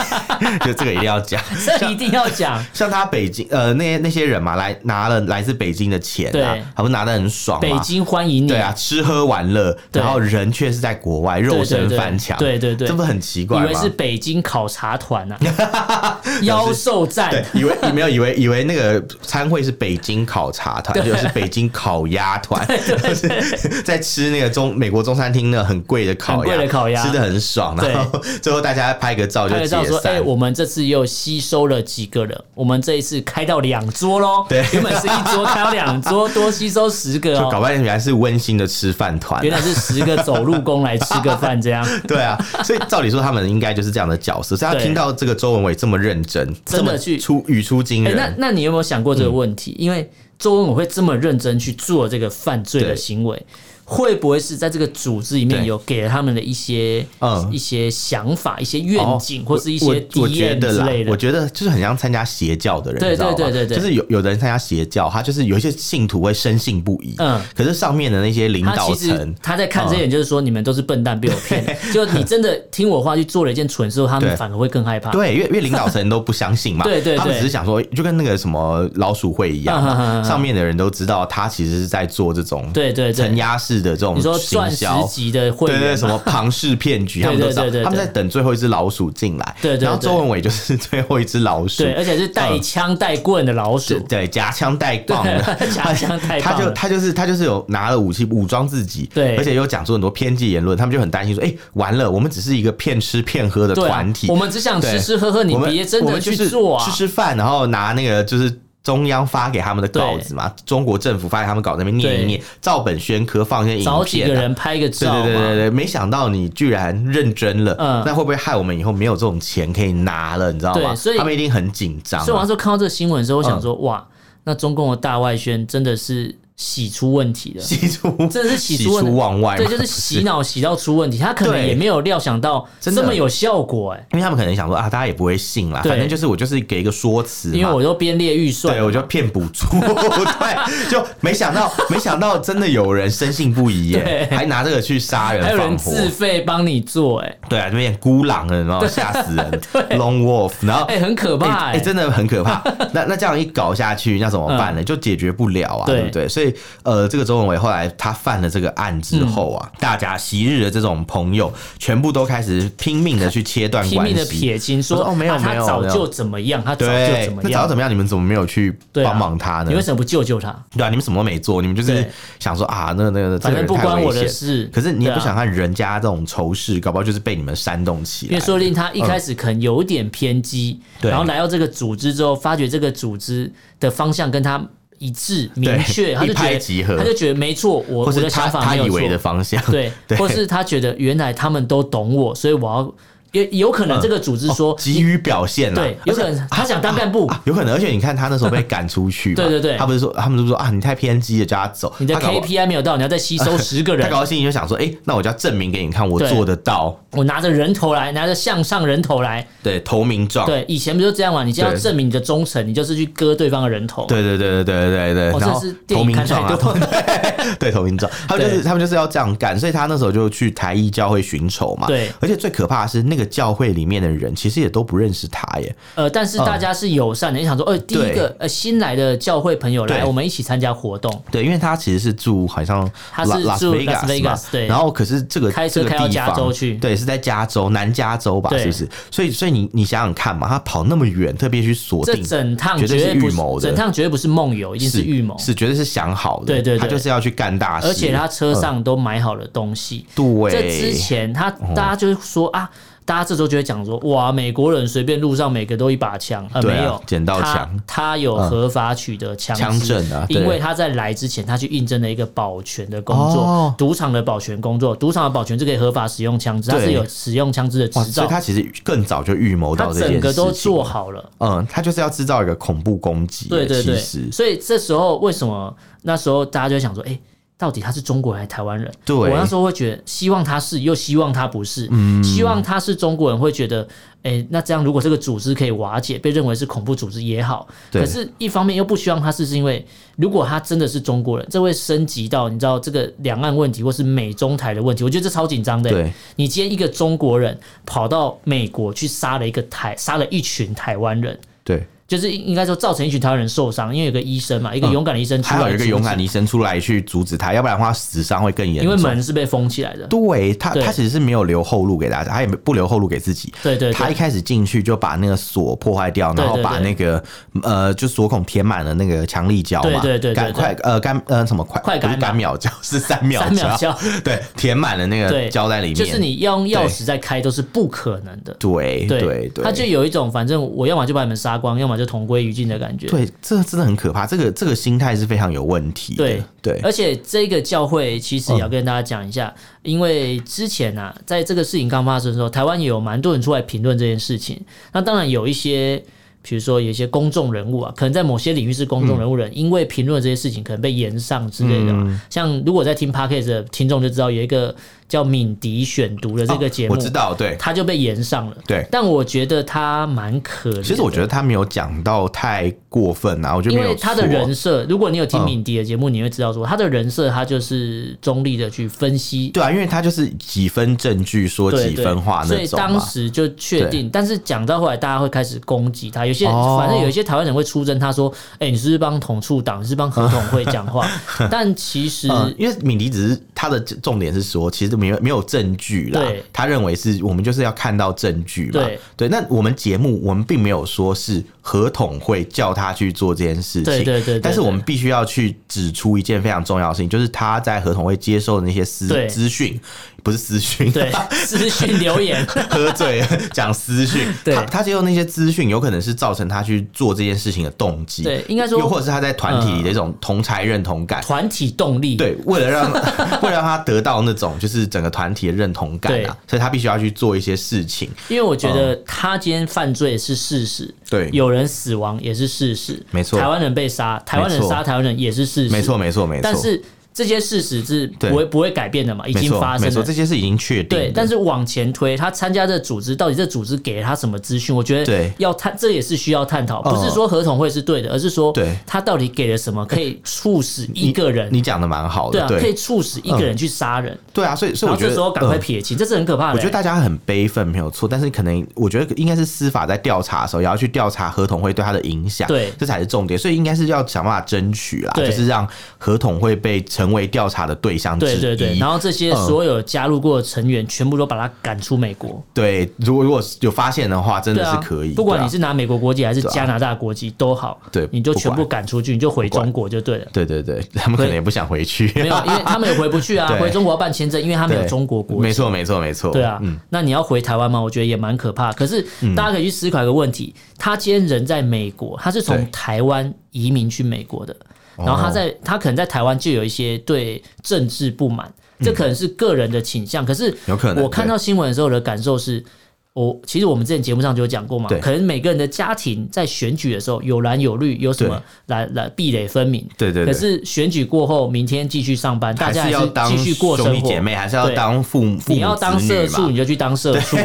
[SPEAKER 2] 就 这个一定要讲。
[SPEAKER 1] 这一定要讲。
[SPEAKER 2] 像他北京呃那些那些人嘛，来拿了来自北京的钱啊
[SPEAKER 1] 对，
[SPEAKER 2] 还不是拿的很爽
[SPEAKER 1] 北
[SPEAKER 2] 嘛？
[SPEAKER 1] 京欢迎你，
[SPEAKER 2] 对啊，吃喝玩乐，
[SPEAKER 1] 对
[SPEAKER 2] 然后人却是在国外肉
[SPEAKER 1] 对对
[SPEAKER 2] 身
[SPEAKER 1] 对
[SPEAKER 2] 翻墙，
[SPEAKER 1] 对对对
[SPEAKER 2] 这不很奇
[SPEAKER 1] 以
[SPEAKER 2] 怪吗？
[SPEAKER 1] 为是北京考察团啊， 妖兽
[SPEAKER 2] 对
[SPEAKER 1] 战，，
[SPEAKER 2] 以为没有以为以为那个参会是北京烤茶团，就是北京烤鸭团，就是在吃那个中美国中餐厅那个很贵的烤鸭，
[SPEAKER 1] 很贵的烤鸭
[SPEAKER 2] 吃的很爽，
[SPEAKER 1] 对
[SPEAKER 2] 然后最后大家拍个照就
[SPEAKER 1] 拍
[SPEAKER 2] 解
[SPEAKER 1] 个照说，哎
[SPEAKER 2] 散。
[SPEAKER 1] 哎，我们这次又吸收了几个人，我们这一次开到两桌 喽。
[SPEAKER 2] 对
[SPEAKER 1] 原本是一桌，开到两桌，多吸收十个
[SPEAKER 2] 就搞
[SPEAKER 1] 哦。
[SPEAKER 2] 半天原来是温馨的吃饭团啊
[SPEAKER 1] 原。来是十个走路工来吃个饭这 样。
[SPEAKER 2] 对啊，所以照理说他们应该就是这样的角色。所以他
[SPEAKER 1] 对
[SPEAKER 2] 听到这个周文伟这么认真，
[SPEAKER 1] 真的
[SPEAKER 2] 这么
[SPEAKER 1] 去
[SPEAKER 2] 出语出惊
[SPEAKER 1] 哎、
[SPEAKER 2] 人，嗯
[SPEAKER 1] 那那你有没有想过这个问题？因为周文我会这么认真去做这个犯罪的
[SPEAKER 2] 对
[SPEAKER 1] 行为，会不会是在这个组织里面
[SPEAKER 2] 对
[SPEAKER 1] 有给了他们的一些、
[SPEAKER 2] 嗯
[SPEAKER 1] 一些想法、一些愿景，
[SPEAKER 2] 哦
[SPEAKER 1] 或是一
[SPEAKER 2] 我
[SPEAKER 1] 些
[SPEAKER 2] 我我
[SPEAKER 1] 体
[SPEAKER 2] 觉
[SPEAKER 1] 验
[SPEAKER 2] 得
[SPEAKER 1] 之
[SPEAKER 2] 啦
[SPEAKER 1] 类，
[SPEAKER 2] 我
[SPEAKER 1] 的？
[SPEAKER 2] 觉得就是很像参加邪教的人，
[SPEAKER 1] 对
[SPEAKER 2] 你知道吗
[SPEAKER 1] 对对对对
[SPEAKER 2] 就是有有的人参加邪教，他就是有一些信徒会深信不疑，
[SPEAKER 1] 嗯
[SPEAKER 2] 可是上面的那些领
[SPEAKER 1] 他
[SPEAKER 2] 导
[SPEAKER 1] 其实
[SPEAKER 2] 层，嗯
[SPEAKER 1] 他在看这一点，就是说你们都是笨蛋，被我骗了。 就你真的听我话去做了一件蠢事后，他们
[SPEAKER 2] 对
[SPEAKER 1] 反而会更害怕。
[SPEAKER 2] 对，因为因为领导层都不相信 嘛，
[SPEAKER 1] 对对对
[SPEAKER 2] 他们只是想说，就跟那个什么老鼠会一样
[SPEAKER 1] 嗯
[SPEAKER 2] 嘛，
[SPEAKER 1] 嗯嗯嗯
[SPEAKER 2] 上面的人都知道他其实是在做这种
[SPEAKER 1] 对对对
[SPEAKER 2] 承压式的这种
[SPEAKER 1] 你说
[SPEAKER 2] 行
[SPEAKER 1] 钻石
[SPEAKER 2] 销。
[SPEAKER 1] 级的会
[SPEAKER 2] 对
[SPEAKER 1] 员啊
[SPEAKER 2] 对对，
[SPEAKER 1] 嘛
[SPEAKER 2] 什么庞氏骗 局，
[SPEAKER 1] 对
[SPEAKER 2] 他们都
[SPEAKER 1] 对
[SPEAKER 2] 知道
[SPEAKER 1] 对对，对
[SPEAKER 2] 他们在等最后一只老鼠进来。
[SPEAKER 1] 对对对
[SPEAKER 2] 然后周文伟就是最后一只老鼠。
[SPEAKER 1] 对，而且是带
[SPEAKER 2] 嗯
[SPEAKER 1] 枪带棍的老鼠
[SPEAKER 2] 对，对，夹枪带棒的，
[SPEAKER 1] 对夹 枪带
[SPEAKER 2] 他
[SPEAKER 1] 棒
[SPEAKER 2] 就
[SPEAKER 1] 的。
[SPEAKER 2] 他就是他就是有拿了武器武装自己，
[SPEAKER 1] 对
[SPEAKER 2] 而且又讲出很多偏激言论，他们就很担心说，哎、完了，我们只是一个骗吃骗喝的
[SPEAKER 1] 对啊
[SPEAKER 2] 团体，
[SPEAKER 1] 我们只想吃
[SPEAKER 2] 对
[SPEAKER 1] 吃喝喝，你
[SPEAKER 2] 我们
[SPEAKER 1] 别真
[SPEAKER 2] 我
[SPEAKER 1] 的
[SPEAKER 2] 们就
[SPEAKER 1] 去
[SPEAKER 2] 是
[SPEAKER 1] 做啊！
[SPEAKER 2] 吃吃饭，然后拿那个就是。中央发给他们的稿
[SPEAKER 1] 对
[SPEAKER 2] 子嘛，中国政府发给他们稿子，那边念一念，照本宣科，放一些影片、啊，
[SPEAKER 1] 找几个人拍个
[SPEAKER 2] 对
[SPEAKER 1] 照嘛，
[SPEAKER 2] 对对对对，没想到你居然认真了，
[SPEAKER 1] 嗯那
[SPEAKER 2] 那会不会害我们以后没有这种钱可以拿了？你知道
[SPEAKER 1] 吗
[SPEAKER 2] 吗？
[SPEAKER 1] 对所以他
[SPEAKER 2] 他
[SPEAKER 1] 们
[SPEAKER 2] 们一定很紧张、啊
[SPEAKER 1] 所以我那时候看到这个新闻的时候，我想
[SPEAKER 2] 嗯
[SPEAKER 1] 说，哇，那中共的大外宣真的是洗出问题了。
[SPEAKER 2] 喜出
[SPEAKER 1] 真的是喜
[SPEAKER 2] 喜
[SPEAKER 1] 出望
[SPEAKER 2] 出望外嘛，
[SPEAKER 1] 对，就是洗脑洗到出问题，他可能
[SPEAKER 2] 对
[SPEAKER 1] 也没有料想到这
[SPEAKER 2] 真的
[SPEAKER 1] 么有效果哎、
[SPEAKER 2] 因为他们可能想说啊，大家也不会信啦，
[SPEAKER 1] 对
[SPEAKER 2] 反正就是我就是给一个说辞嘛，
[SPEAKER 1] 因为我都编列预算
[SPEAKER 2] 对，我就骗补 助，对，就没想到，没想到真的有人深信不疑耶，还拿这个去杀人
[SPEAKER 1] 还有人
[SPEAKER 2] 放火，
[SPEAKER 1] 自费帮你做哎、
[SPEAKER 2] 对啊，就变孤狼了，然后吓 死人，Lone Wolf，然后
[SPEAKER 1] 哎、很可
[SPEAKER 2] 哎
[SPEAKER 1] 怕哎、
[SPEAKER 2] 哎真的很可怕。那那这样一搞下去，那怎么办呢？就解决不了啊，
[SPEAKER 1] 嗯对
[SPEAKER 2] 对不对？所以呃，这个周文伟后来他犯了这个案之后
[SPEAKER 1] 嗯
[SPEAKER 2] 啊，大家昔日的这种朋友全部都开始拼命的去切断
[SPEAKER 1] 拼
[SPEAKER 2] 关
[SPEAKER 1] 命的
[SPEAKER 2] 系。
[SPEAKER 1] 撇清说
[SPEAKER 2] 我说哦没有
[SPEAKER 1] 啊
[SPEAKER 2] 没
[SPEAKER 1] 他
[SPEAKER 2] 有
[SPEAKER 1] 早
[SPEAKER 2] 没有
[SPEAKER 1] 就怎么样，他早就
[SPEAKER 2] 对
[SPEAKER 1] 怎，么
[SPEAKER 2] 那早
[SPEAKER 1] 样
[SPEAKER 2] 知，怎么样？你们怎么没有去
[SPEAKER 1] 对啊
[SPEAKER 2] 帮忙他呢？
[SPEAKER 1] 你为什么不救救他？
[SPEAKER 2] 对啊，你们什么都没做，你们就是
[SPEAKER 1] 对
[SPEAKER 2] 想说啊，那个那个，这
[SPEAKER 1] 反
[SPEAKER 2] 个
[SPEAKER 1] 正
[SPEAKER 2] 人
[SPEAKER 1] 不
[SPEAKER 2] 太
[SPEAKER 1] 关我
[SPEAKER 2] 危
[SPEAKER 1] 的
[SPEAKER 2] 险。
[SPEAKER 1] 事。
[SPEAKER 2] 可是你也不
[SPEAKER 1] 对啊
[SPEAKER 2] 想看人家这种仇视，搞不好就是被你们煽动起
[SPEAKER 1] 因
[SPEAKER 2] 来
[SPEAKER 1] 为。说不定他一开始可能有点偏激，
[SPEAKER 2] 对
[SPEAKER 1] 然后来到这个组织之后，发觉这个组织的方向跟他一致、明确，他就
[SPEAKER 2] 一
[SPEAKER 1] 觉
[SPEAKER 2] 拍
[SPEAKER 1] 得
[SPEAKER 2] 即合
[SPEAKER 1] 他就觉得没错，我
[SPEAKER 2] 或
[SPEAKER 1] 我
[SPEAKER 2] 是
[SPEAKER 1] 的
[SPEAKER 2] 他
[SPEAKER 1] 想法
[SPEAKER 2] 他
[SPEAKER 1] 没有
[SPEAKER 2] 以
[SPEAKER 1] 错
[SPEAKER 2] 为的，方向，
[SPEAKER 1] 对，或是他觉得原来他们都懂我，所以我要也有可能这个组织说，
[SPEAKER 2] 急于表现啦，
[SPEAKER 1] 对，有可能他想当干部，
[SPEAKER 2] 哦啊，有可能，而且你看他那时候被赶出去嘛，
[SPEAKER 1] 对对对
[SPEAKER 2] 他不是说他们都说啊，你太偏激了，叫他走。
[SPEAKER 1] 你的
[SPEAKER 2] 他搞不好
[SPEAKER 1] KPI 没有到，你要再吸 收十个
[SPEAKER 2] 他
[SPEAKER 1] 人
[SPEAKER 2] 搞，到心里就想说，哎、那我就要证明给你看，我
[SPEAKER 1] 对
[SPEAKER 2] 做得到，
[SPEAKER 1] 我拿着人头来，拿着向上人头来，
[SPEAKER 2] 对，投名状，
[SPEAKER 1] 对，以前不就这样嘛？你就要
[SPEAKER 2] 对
[SPEAKER 1] 证明你的忠诚，你就是去割对方的人头，
[SPEAKER 2] 对对对对对对对，
[SPEAKER 1] 哦
[SPEAKER 2] 然后
[SPEAKER 1] 这是电
[SPEAKER 2] 投
[SPEAKER 1] 影
[SPEAKER 2] 名
[SPEAKER 1] 看
[SPEAKER 2] 状
[SPEAKER 1] 太
[SPEAKER 2] 啊，
[SPEAKER 1] 多
[SPEAKER 2] 对对投名状，他们就是
[SPEAKER 1] 对
[SPEAKER 2] 他们就是要这样干，所以他那时候就去台艺教会寻仇嘛。
[SPEAKER 1] 对
[SPEAKER 2] 而且最可怕的是，那个教会里面的人其实也都不认识他耶。
[SPEAKER 1] 呃，但是大家是友善的，你想说，呃，第一
[SPEAKER 2] 嗯对
[SPEAKER 1] 个呃新来的教会朋友来，
[SPEAKER 2] 对
[SPEAKER 1] 我们一起参加活动，
[SPEAKER 2] 对，因为他其实是住好像
[SPEAKER 1] 他
[SPEAKER 2] 拉
[SPEAKER 1] 是
[SPEAKER 2] 拉斯
[SPEAKER 1] 住
[SPEAKER 2] 维
[SPEAKER 1] Las
[SPEAKER 2] 加斯嘛
[SPEAKER 1] Vegas，对
[SPEAKER 2] 然后可是这个
[SPEAKER 1] 开车
[SPEAKER 2] 这个
[SPEAKER 1] 开到
[SPEAKER 2] 地
[SPEAKER 1] 加
[SPEAKER 2] 方
[SPEAKER 1] 州去
[SPEAKER 2] 对，是在加州南加州吧，
[SPEAKER 1] 对
[SPEAKER 2] 是不是？所以所以你你想想看嘛，他跑那么远，特别去锁
[SPEAKER 1] 这
[SPEAKER 2] 定，
[SPEAKER 1] 整趟
[SPEAKER 2] 绝对是
[SPEAKER 1] 对不
[SPEAKER 2] 预谋的
[SPEAKER 1] 整趟绝对不是梦游，一定是预谋，
[SPEAKER 2] 是绝对是想好的，
[SPEAKER 1] 对对对
[SPEAKER 2] 他就是要去干大事，
[SPEAKER 1] 而且他车上都买好了东西。
[SPEAKER 2] 对嗯
[SPEAKER 1] 这之前他大家就说啊。大家这时候就会讲说，哇，美国人随便路上每个都一把枪，呃，
[SPEAKER 2] 对啊
[SPEAKER 1] 没有
[SPEAKER 2] 捡到
[SPEAKER 1] 他
[SPEAKER 2] 枪
[SPEAKER 1] 他有合法取得枪支
[SPEAKER 2] 枪证啊对
[SPEAKER 1] 因为他在来之前，他去应征了一个保全的工作
[SPEAKER 2] 哦，
[SPEAKER 1] 赌场的保全工作，赌场的保全是可以合法使用枪支，他
[SPEAKER 2] 对
[SPEAKER 1] 是有使用枪支的
[SPEAKER 2] 哇，
[SPEAKER 1] 执
[SPEAKER 2] 所
[SPEAKER 1] 照
[SPEAKER 2] 以，他其实更早就预谋
[SPEAKER 1] 他
[SPEAKER 2] 到这件事
[SPEAKER 1] 整
[SPEAKER 2] 情，
[SPEAKER 1] 个都做好了。
[SPEAKER 2] 嗯，他就是要制造一个恐怖攻击。
[SPEAKER 1] 对对对
[SPEAKER 2] 其，实
[SPEAKER 1] 所以这时候为什么那时候大家就会想说，哎、到底他是中国人还是台湾人？
[SPEAKER 2] 对
[SPEAKER 1] 我那时候会觉得，希望他是，又希望他不是。
[SPEAKER 2] 嗯
[SPEAKER 1] 希望他是中国人，会觉得，哎、那这样如果这个组织可以瓦解，被认为是恐怖组织也好。
[SPEAKER 2] 对
[SPEAKER 1] 可是，一方面又不希望他是，是因为如果他真的是中国人，这会升级到你知道这个两岸问题或是美中台的问题，我觉得这超紧张的、
[SPEAKER 2] 对
[SPEAKER 1] 你今天一个中国人跑到美国去杀了一个台，杀了一群台湾人。
[SPEAKER 2] 对，
[SPEAKER 1] 就是应该说造成一群台湾人受伤，因为有个医生嘛，一个勇敢的医生出
[SPEAKER 2] 嗯还
[SPEAKER 1] 来、
[SPEAKER 2] 有一个勇敢，医生出来去阻止他，要不然的话死伤会更严
[SPEAKER 1] 因
[SPEAKER 2] 重。
[SPEAKER 1] 为门是被封起来的。
[SPEAKER 2] 对他，
[SPEAKER 1] 对
[SPEAKER 2] 他其实是没有留后路给大家，他也不留后路给自己。
[SPEAKER 1] 对对对
[SPEAKER 2] 他一开始进去就把那个锁破坏掉，
[SPEAKER 1] 对
[SPEAKER 2] 然后
[SPEAKER 1] 对
[SPEAKER 2] 把
[SPEAKER 1] 对
[SPEAKER 2] 那个呃，就锁孔填满了那个强力胶嘛，
[SPEAKER 1] 对对对对
[SPEAKER 2] 赶
[SPEAKER 1] 对
[SPEAKER 2] 快呃干呃什么快
[SPEAKER 1] 快
[SPEAKER 2] 不
[SPEAKER 1] 干
[SPEAKER 2] 是
[SPEAKER 1] 嘛
[SPEAKER 2] 干秒胶是三秒
[SPEAKER 1] 三秒胶
[SPEAKER 2] 对，填满了那
[SPEAKER 1] 对
[SPEAKER 2] 个胶在里面，
[SPEAKER 1] 就是你要用钥匙再开都是不可能的。
[SPEAKER 2] 对
[SPEAKER 1] 对
[SPEAKER 2] 对对，
[SPEAKER 1] 他就有一种反正我要么就把你们杀光，要么就就同归于尽的感觉。
[SPEAKER 2] 对，这个真的很可怕，这个这个心态是非常有问题的。
[SPEAKER 1] 对
[SPEAKER 2] 对，
[SPEAKER 1] 而且这个教会其实也要跟大家讲一下，因为之前啊，在这个事情刚发生的时候，台湾也有蛮多人出来评论这件事情。那当然有一些，比如说有一些公众人物啊，可能在某些领域是公众人物人，因为评论这些事情可能被延上之类的嘛。
[SPEAKER 2] 嗯
[SPEAKER 1] 像如果在听 podcast 的听众就知道，有一个叫敏迪选读的这个节目，
[SPEAKER 2] 哦我知道，对
[SPEAKER 1] 他就被延上了。
[SPEAKER 2] 对。
[SPEAKER 1] 但我觉得他蛮可怜的。
[SPEAKER 2] 其实我觉得他没有讲到太过分啊，我觉得
[SPEAKER 1] 因
[SPEAKER 2] 没有
[SPEAKER 1] 为
[SPEAKER 2] 错
[SPEAKER 1] 他的人设，如果你有听
[SPEAKER 2] 嗯
[SPEAKER 1] 敏迪的节目，你会知道说他的人设，他就是中立的去分析
[SPEAKER 2] 对啊，因为他就是几分证据说
[SPEAKER 1] 对
[SPEAKER 2] 几
[SPEAKER 1] 对
[SPEAKER 2] 分话
[SPEAKER 1] 所
[SPEAKER 2] 那
[SPEAKER 1] 以
[SPEAKER 2] 种
[SPEAKER 1] 当
[SPEAKER 2] 嘛。
[SPEAKER 1] 时就确定。但是讲到后来，大家会开始攻击他，有些人
[SPEAKER 2] 哦
[SPEAKER 1] 反正有一些台湾人会出征，他说：“哎，你是不是帮统促党，你是帮合统会讲话？” 但其实
[SPEAKER 2] 嗯，因为敏迪只是他的重点是说，其实没有没有证据啦
[SPEAKER 1] 对。
[SPEAKER 2] 他认为是我们就是要看到证据嘛
[SPEAKER 1] 对。
[SPEAKER 2] 对，那我们节目我们并没有说是合统会叫他去做这件事情，
[SPEAKER 1] 对对对对
[SPEAKER 2] 但是我们必须要去指出一件非常重要的事情，就是他在合统会接受的那些私
[SPEAKER 1] 对
[SPEAKER 2] 资讯，不是私讯，
[SPEAKER 1] 对私讯留言，
[SPEAKER 2] 喝醉了讲私讯，
[SPEAKER 1] 对
[SPEAKER 2] 他他接受那些资讯，有可能是造成他去做这件事情的动机，
[SPEAKER 1] 对应该说嗯
[SPEAKER 2] 又或者是他在团体里的一种同才认同感。
[SPEAKER 1] 团体动力。
[SPEAKER 2] 对，为 了让为了让他得到那种就是整个团体的认同感
[SPEAKER 1] 对
[SPEAKER 2] 啊，所以他必须要去做一些事情。
[SPEAKER 1] 因为我觉得他今天犯罪是事实，
[SPEAKER 2] 嗯对
[SPEAKER 1] 有人死亡也是事实，
[SPEAKER 2] 没错
[SPEAKER 1] 台湾人被杀，台湾人
[SPEAKER 2] 没错
[SPEAKER 1] 杀台湾人也是事实，
[SPEAKER 2] 没错，没错，没错。
[SPEAKER 1] 但是这些事实是
[SPEAKER 2] 对
[SPEAKER 1] 不会不会改变的嘛，已
[SPEAKER 2] 没
[SPEAKER 1] 经
[SPEAKER 2] 错
[SPEAKER 1] 发
[SPEAKER 2] 没
[SPEAKER 1] 生
[SPEAKER 2] 错，
[SPEAKER 1] 了
[SPEAKER 2] 这。些是已经确定的。
[SPEAKER 1] 对，但是往前推，他参加这组织，到底这组织给了他什么资讯？我觉得
[SPEAKER 2] 对
[SPEAKER 1] 要探，这也是需要探讨，不是
[SPEAKER 2] 嗯
[SPEAKER 1] 说合同会是对的，而是说
[SPEAKER 2] 对哎
[SPEAKER 1] 他到底给了什么，可以促使一个人，
[SPEAKER 2] 你讲的蛮好
[SPEAKER 1] 对
[SPEAKER 2] 的
[SPEAKER 1] 啊，，可以
[SPEAKER 2] 对嗯
[SPEAKER 1] 促使一个人去杀人，
[SPEAKER 2] 对啊，所以所以
[SPEAKER 1] 然后
[SPEAKER 2] 我觉
[SPEAKER 1] 这
[SPEAKER 2] 得
[SPEAKER 1] 时候赶快
[SPEAKER 2] 嗯
[SPEAKER 1] 撇清，这是很可怕的、欸
[SPEAKER 2] 我觉得大家很悲愤没有错，但是可能我觉得应该是司法在调查的时候，也要去调查合同会对他的影响，
[SPEAKER 1] 对
[SPEAKER 2] 这才是重点，所以应该是要想办法争取啦，
[SPEAKER 1] 对
[SPEAKER 2] 就是让合同会被成为调查的对象之
[SPEAKER 1] 对
[SPEAKER 2] 一。
[SPEAKER 1] 对对，然后这些
[SPEAKER 2] 嗯
[SPEAKER 1] 所有加入过的成员，全部都把他赶出美国。
[SPEAKER 2] 对如果如果有发现的话，真
[SPEAKER 1] 对
[SPEAKER 2] 的是
[SPEAKER 1] 啊，
[SPEAKER 2] 可以，
[SPEAKER 1] 不管你
[SPEAKER 2] 对啊
[SPEAKER 1] 是拿美国国籍还是
[SPEAKER 2] 对啊
[SPEAKER 1] 加拿大国籍都好，
[SPEAKER 2] 对
[SPEAKER 1] 你就全
[SPEAKER 2] 不
[SPEAKER 1] 部
[SPEAKER 2] 管
[SPEAKER 1] 赶出去，你就回中国就对了。
[SPEAKER 2] 对对对，他们可能也不想回去，
[SPEAKER 1] 没有，因为他们也回不去啊，
[SPEAKER 2] 对
[SPEAKER 1] 回中国要办签证，因为他们有
[SPEAKER 2] 对
[SPEAKER 1] 中国国籍。
[SPEAKER 2] 没错没错没错，
[SPEAKER 1] 对啊，
[SPEAKER 2] 嗯，
[SPEAKER 1] 那你要回台湾吗？我觉得也蛮可怕。可是大家可以去思考一个问题：他今天人在美国，他是从
[SPEAKER 2] 对
[SPEAKER 1] 台湾移民去美国的，然后他在、他可能在台湾就有一些对政治不满，这可能是个人的倾向。可是
[SPEAKER 2] 嗯有可能
[SPEAKER 1] 我看到新闻的时候的感受是。我其实我们之前节目上就有讲过嘛
[SPEAKER 2] 对，
[SPEAKER 1] 可能每个人的家庭在选举的时候有蓝有绿，有什么
[SPEAKER 2] 对
[SPEAKER 1] 蓝蓝壁垒分明。
[SPEAKER 2] 对对
[SPEAKER 1] 可
[SPEAKER 2] 对
[SPEAKER 1] 是选举过后，明天继续上班，大
[SPEAKER 2] 还
[SPEAKER 1] 家
[SPEAKER 2] 是要当
[SPEAKER 1] 继续过生
[SPEAKER 2] 兄
[SPEAKER 1] 活。
[SPEAKER 2] 弟姐妹，还是要
[SPEAKER 1] 对
[SPEAKER 2] 当父母父母
[SPEAKER 1] 你要当
[SPEAKER 2] 子
[SPEAKER 1] 社
[SPEAKER 2] 女
[SPEAKER 1] 畜，
[SPEAKER 2] 嘛
[SPEAKER 1] 你，就去当社畜，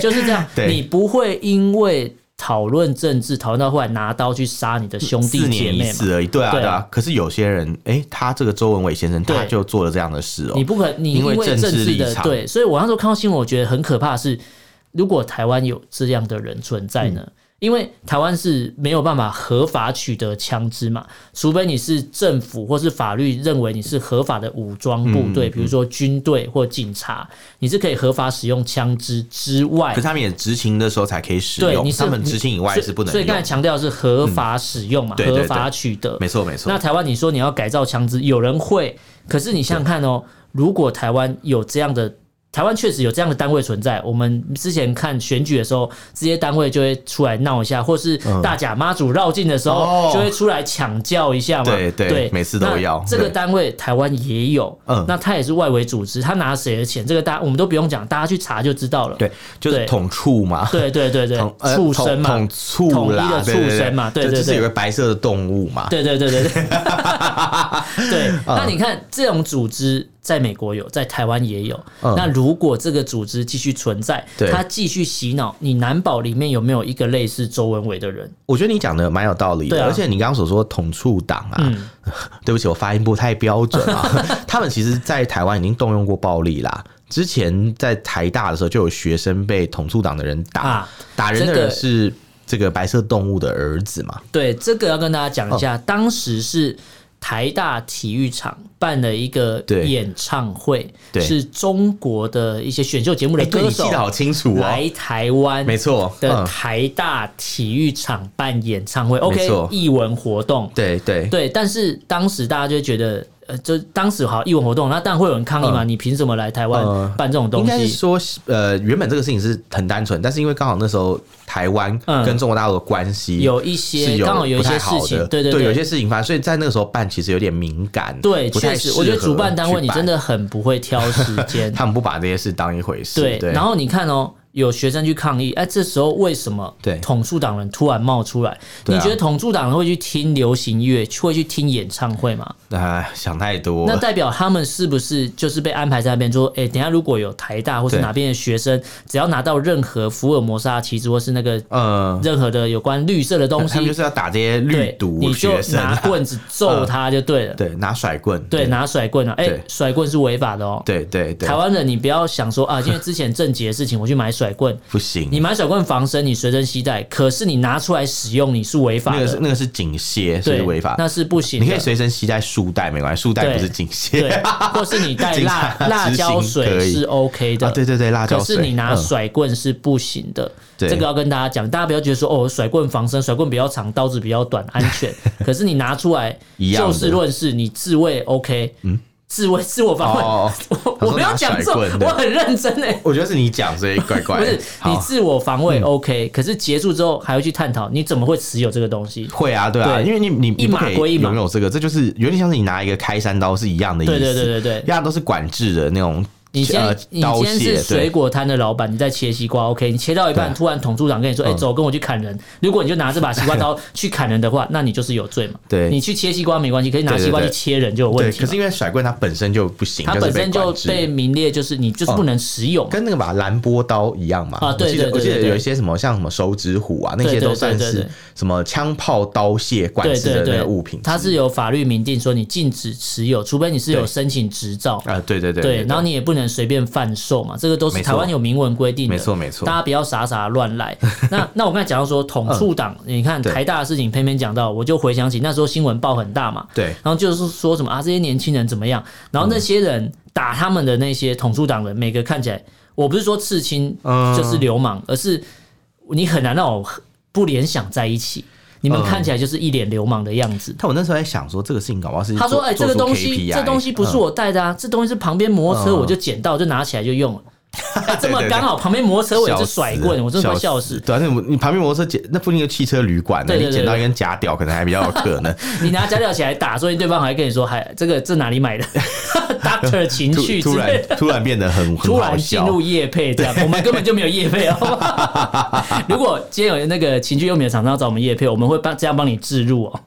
[SPEAKER 1] 就是这样。
[SPEAKER 2] 对
[SPEAKER 1] 你不会因为讨论政治，讨论到后来拿刀去杀你的兄弟姐
[SPEAKER 2] 四年一
[SPEAKER 1] 妹嘛？
[SPEAKER 2] 次而已，对啊
[SPEAKER 1] 对啊
[SPEAKER 2] 对啊。可是有些人，哎，他这个周文伟先生，他
[SPEAKER 1] 对
[SPEAKER 2] 就做了这样的事哦，
[SPEAKER 1] 你不可，你
[SPEAKER 2] 因为
[SPEAKER 1] 为
[SPEAKER 2] 政
[SPEAKER 1] 政
[SPEAKER 2] 治
[SPEAKER 1] 治
[SPEAKER 2] 立
[SPEAKER 1] 的
[SPEAKER 2] 场
[SPEAKER 1] 对，所以我那时候看到新闻，我觉得很可怕的是，如果台湾有这样的人存在
[SPEAKER 2] 嗯
[SPEAKER 1] 呢？因为台湾是没有办法合法取得枪支嘛，除非你是政府或是法律认为你是合法的武装部
[SPEAKER 2] 嗯
[SPEAKER 1] 队，比如说军队或警察，你是可以合法使用枪支之外
[SPEAKER 2] 可是，他们也执勤的时候才可以使
[SPEAKER 1] 对，
[SPEAKER 2] 用
[SPEAKER 1] 你，
[SPEAKER 2] 他们执勤以外
[SPEAKER 1] 所
[SPEAKER 2] 是不能
[SPEAKER 1] 所以刚才
[SPEAKER 2] 用。嗯
[SPEAKER 1] 强调是合法使用嘛，
[SPEAKER 2] 对对对
[SPEAKER 1] 合法取得。
[SPEAKER 2] 没错没错
[SPEAKER 1] 那，台湾你说你要改造枪支，有人会，可是你想想看哦，如果台湾有这样的。台湾确实有这样的单位存在，我们之前看选举的时候，这些单位就会出来闹一下，或是大甲妈祖绕境的时候
[SPEAKER 2] 嗯哦，
[SPEAKER 1] 就会出来抢教一下嘛。
[SPEAKER 2] 对对每次都
[SPEAKER 1] 那
[SPEAKER 2] 要
[SPEAKER 1] 这个
[SPEAKER 2] 对
[SPEAKER 1] 单位台湾也有，
[SPEAKER 2] 嗯
[SPEAKER 1] 那他也是外围组织，他拿谁的钱，这个大家我们都不用讲，大家去查就知道了。
[SPEAKER 2] 对，就是
[SPEAKER 1] 对
[SPEAKER 2] 统畜嘛，
[SPEAKER 1] 对对对对
[SPEAKER 2] 统，呃
[SPEAKER 1] 畜
[SPEAKER 2] 统
[SPEAKER 1] 生嘛，
[SPEAKER 2] 统畜
[SPEAKER 1] 统一的
[SPEAKER 2] 啦，对
[SPEAKER 1] 畜
[SPEAKER 2] 对对
[SPEAKER 1] 生嘛对
[SPEAKER 2] 就
[SPEAKER 1] 对
[SPEAKER 2] 就是
[SPEAKER 1] 对
[SPEAKER 2] 有个白色的动物嘛，
[SPEAKER 1] 对对对 对对，对。
[SPEAKER 2] 嗯
[SPEAKER 1] 那你看这种组织在美国有，在台湾也有。
[SPEAKER 2] 嗯
[SPEAKER 1] 那如果这个组织继续存在，
[SPEAKER 2] 对
[SPEAKER 1] 它继续洗脑，你难保里面有没有一个类似周文伟的人？
[SPEAKER 2] 我觉得你讲的蛮有道理
[SPEAKER 1] 对
[SPEAKER 2] 的，
[SPEAKER 1] 啊嗯
[SPEAKER 2] 而且你刚刚所说统促党啊，对不起，我发音不太标准啊。 他们其实，在台湾已经动用过暴力啦。之前在台大的时候，就有学生被统促党的人打，
[SPEAKER 1] 啊
[SPEAKER 2] 打人的
[SPEAKER 1] 这个
[SPEAKER 2] 人是这个白色动物的儿子嘛？
[SPEAKER 1] 对，这个要跟大家讲一下，
[SPEAKER 2] 嗯
[SPEAKER 1] 当时是。台大体育场办了一个
[SPEAKER 2] 对
[SPEAKER 1] 演唱会，
[SPEAKER 2] 对
[SPEAKER 1] 是中国的一些选秀节目的
[SPEAKER 2] 哎、对
[SPEAKER 1] 歌
[SPEAKER 2] 你记
[SPEAKER 1] 手
[SPEAKER 2] 得好清楚哦，
[SPEAKER 1] 来台湾，
[SPEAKER 2] 没错，
[SPEAKER 1] 的
[SPEAKER 2] 嗯，
[SPEAKER 1] 台大体育场办演唱会
[SPEAKER 2] 没错
[SPEAKER 1] ，OK，艺文活动，
[SPEAKER 2] 对对
[SPEAKER 1] 对，但是当时大家就觉得，呃，就当时好义文活动，那当然会有人抗议嘛，你凭什么来台湾
[SPEAKER 2] 嗯
[SPEAKER 1] 办这种
[SPEAKER 2] 应
[SPEAKER 1] 东
[SPEAKER 2] 该是
[SPEAKER 1] 西？
[SPEAKER 2] 说，呃，原本这个事情是很单纯，但是因为刚好那时候台湾
[SPEAKER 1] 嗯
[SPEAKER 2] 跟中国大陆的关系
[SPEAKER 1] 有一
[SPEAKER 2] 是
[SPEAKER 1] 些
[SPEAKER 2] 有
[SPEAKER 1] 刚好有一
[SPEAKER 2] 不
[SPEAKER 1] 些
[SPEAKER 2] 太
[SPEAKER 1] 事
[SPEAKER 2] 好
[SPEAKER 1] 情
[SPEAKER 2] 的，，
[SPEAKER 1] 对
[SPEAKER 2] 对，有
[SPEAKER 1] 对
[SPEAKER 2] 一些，事情发生，所以在那个时候办其实有点敏感，
[SPEAKER 1] 对，
[SPEAKER 2] 不太
[SPEAKER 1] 确实，我觉得
[SPEAKER 2] 适合
[SPEAKER 1] 主办单位你
[SPEAKER 2] 去办，
[SPEAKER 1] 真的很不会挑时间
[SPEAKER 2] 他们不把这些事当一回事，
[SPEAKER 1] 对
[SPEAKER 2] 对，，
[SPEAKER 1] 然后你看哦，有学生去抗议，哎，这时候为什么
[SPEAKER 2] 对
[SPEAKER 1] 统促党人突然冒出来？
[SPEAKER 2] 对啊
[SPEAKER 1] 你觉得统促党人会去听流行乐，会去听演唱会吗？
[SPEAKER 2] 啊、想太多
[SPEAKER 1] 那
[SPEAKER 2] 了，
[SPEAKER 1] 代表他们是不是就是被安排在那边？说，哎、等一下如果有台大或是
[SPEAKER 2] 对
[SPEAKER 1] 哪边的学生，只要拿到任何福尔摩沙旗帜或是那个
[SPEAKER 2] 呃，
[SPEAKER 1] 任何的有关绿色的东
[SPEAKER 2] 他
[SPEAKER 1] 西，
[SPEAKER 2] 们就是要打这些绿
[SPEAKER 1] 对，
[SPEAKER 2] 毒
[SPEAKER 1] 你就
[SPEAKER 2] 学生、
[SPEAKER 1] 拿
[SPEAKER 2] 啊，
[SPEAKER 1] 棍子揍他就对了。
[SPEAKER 2] 对，拿甩棍，
[SPEAKER 1] 对，拿甩棍啊！哎、
[SPEAKER 2] 对
[SPEAKER 1] 甩棍是违法的哦。
[SPEAKER 2] 对对对
[SPEAKER 1] 台，湾人，你不要想说啊，因为之前政捷的事情，我去买甩棍，
[SPEAKER 2] 不行，
[SPEAKER 1] 你买甩棍防身，你随身携带，可是你拿出来使用，你是违法
[SPEAKER 2] 那
[SPEAKER 1] 的，
[SPEAKER 2] 个是那个是警械，
[SPEAKER 1] 对
[SPEAKER 2] 是违法。
[SPEAKER 1] 那是不行的。
[SPEAKER 2] 你可以随身携带束带，没关系，束带
[SPEAKER 1] 对
[SPEAKER 2] 不是警械
[SPEAKER 1] 对，或是你带
[SPEAKER 2] 警
[SPEAKER 1] 辣
[SPEAKER 2] 察
[SPEAKER 1] 辣
[SPEAKER 2] 执行
[SPEAKER 1] 椒
[SPEAKER 2] 可
[SPEAKER 1] 水
[SPEAKER 2] 以
[SPEAKER 1] 是 OK 的，
[SPEAKER 2] 啊，对对对，辣椒
[SPEAKER 1] 可
[SPEAKER 2] 水。
[SPEAKER 1] 是你拿
[SPEAKER 2] 嗯
[SPEAKER 1] 甩棍是不行的，
[SPEAKER 2] 对
[SPEAKER 1] 这个要跟大家讲，大家不要觉得说哦，甩棍防身，甩棍比较长，刀子比较短，安 全。可是你拿出来
[SPEAKER 2] 一样
[SPEAKER 1] 就
[SPEAKER 2] 的嗯
[SPEAKER 1] 事论事，你自卫 OK，自卫自我防卫，
[SPEAKER 2] 哦哦哦
[SPEAKER 1] 我我
[SPEAKER 2] 他说
[SPEAKER 1] 没有
[SPEAKER 2] 拿
[SPEAKER 1] 讲
[SPEAKER 2] 甩
[SPEAKER 1] 错，
[SPEAKER 2] 棍
[SPEAKER 1] 我
[SPEAKER 2] 对
[SPEAKER 1] 很认真哎、
[SPEAKER 2] 我觉得是你讲，所以怪怪
[SPEAKER 1] 不
[SPEAKER 2] 的。
[SPEAKER 1] 是你
[SPEAKER 2] 好嗯
[SPEAKER 1] 自我防卫 OK，、可是结束之后还会去探讨你怎么会持有这个东西。
[SPEAKER 2] 会啊，对啊，
[SPEAKER 1] 对
[SPEAKER 2] 因为你你你
[SPEAKER 1] 一
[SPEAKER 2] 不
[SPEAKER 1] 码
[SPEAKER 2] 可以
[SPEAKER 1] 归一码
[SPEAKER 2] 拥有这个，这就是有点像是你拿一个开山刀是一样的意思。
[SPEAKER 1] 对对对对对
[SPEAKER 2] 一样都是管制的那种。
[SPEAKER 1] 你先，
[SPEAKER 2] 呃
[SPEAKER 1] 你
[SPEAKER 2] 刀
[SPEAKER 1] 今天是
[SPEAKER 2] 械
[SPEAKER 1] 水
[SPEAKER 2] 对
[SPEAKER 1] 果摊的老板，你在切西瓜，OK？你切到一半，
[SPEAKER 2] 对嗯
[SPEAKER 1] 突然统助长跟你说：“哎、走，跟我去砍人。”如果你就拿这把西瓜 刀去砍人的话，那你就是有罪嘛。
[SPEAKER 2] 对
[SPEAKER 1] 你去切西瓜没关系，可以拿
[SPEAKER 2] 对对
[SPEAKER 1] 西瓜去
[SPEAKER 2] 对
[SPEAKER 1] 切人就有问
[SPEAKER 2] 对，
[SPEAKER 1] 题
[SPEAKER 2] 可
[SPEAKER 1] 嘛。
[SPEAKER 2] 是因为甩棍它本身就不行，
[SPEAKER 1] 它
[SPEAKER 2] 是
[SPEAKER 1] 本身就
[SPEAKER 2] 管制嗯
[SPEAKER 1] 被名列就是你就是不能使用嘛。
[SPEAKER 2] 跟那个吧兰波刀一样嘛
[SPEAKER 1] 啊对
[SPEAKER 2] 我记
[SPEAKER 1] 对对
[SPEAKER 2] 得
[SPEAKER 1] 对
[SPEAKER 2] 我记
[SPEAKER 1] 对
[SPEAKER 2] 得有一些什么像什么手指虎啊，那些都算
[SPEAKER 1] 对对对对
[SPEAKER 2] 是
[SPEAKER 1] 对
[SPEAKER 2] 什么枪炮刀械管
[SPEAKER 1] 对
[SPEAKER 2] 制
[SPEAKER 1] 对
[SPEAKER 2] 的那
[SPEAKER 1] 对
[SPEAKER 2] 个物品之一，
[SPEAKER 1] 它是有法律明定说你禁止持有，除非你是有
[SPEAKER 2] 对
[SPEAKER 1] 申请执照。
[SPEAKER 2] 啊，对对对
[SPEAKER 1] 对，然后你也不能随便贩售嘛，这个都是
[SPEAKER 2] 没错
[SPEAKER 1] 台湾有明文规定的，
[SPEAKER 2] 没错没错
[SPEAKER 1] 大家不要傻傻乱 来。那那我刚才讲到说统促党，你看
[SPEAKER 2] 嗯对
[SPEAKER 1] 台大的事情偏偏讲到，我就回想起那时候新闻报很大嘛，
[SPEAKER 2] 对
[SPEAKER 1] 然后就是说什么啊这些年轻人怎么样，然后那些人打他们的那些统促党人，每个看起来，我不是说刺青
[SPEAKER 2] 嗯
[SPEAKER 1] 就是流氓，而是你很难让我不联想在一起，你们
[SPEAKER 2] 嗯
[SPEAKER 1] 看起来就是一脸流氓的样子。
[SPEAKER 2] 但我那时候在想说，这个事情搞不好是
[SPEAKER 1] 他说：“
[SPEAKER 2] 做
[SPEAKER 1] 哎、这个
[SPEAKER 2] 做出
[SPEAKER 1] 东西，
[SPEAKER 2] KPI
[SPEAKER 1] 这东西不是我带的啊，这东西是旁边摩托车，
[SPEAKER 2] 嗯
[SPEAKER 1] 我就捡到，就拿起来就 用了。哎这么
[SPEAKER 2] 对对对
[SPEAKER 1] 刚好，旁边摩托车我也
[SPEAKER 2] 笑
[SPEAKER 1] 是
[SPEAKER 2] 死
[SPEAKER 1] 甩棍，我真的快笑死。
[SPEAKER 2] 对啊，那我你旁边摩托车捡，那附近有汽车旅馆呢，
[SPEAKER 1] 对对
[SPEAKER 2] 你捡到
[SPEAKER 1] 对
[SPEAKER 2] 一根假屌，可能还比较有可 能。
[SPEAKER 1] 你拿假脚起来打，所以对方还跟你说，还这个这哪里买的 ？Doctor 情
[SPEAKER 2] 突
[SPEAKER 1] 趣之
[SPEAKER 2] 突然
[SPEAKER 1] 类的。”
[SPEAKER 2] 突然变得很很
[SPEAKER 1] 突然
[SPEAKER 2] 好
[SPEAKER 1] 进
[SPEAKER 2] 笑，
[SPEAKER 1] 入夜配这样，我们根本就没有夜 配哦。如果今天有那个情趣用品的厂商找我们夜配，我们会帮这样帮你置入哦。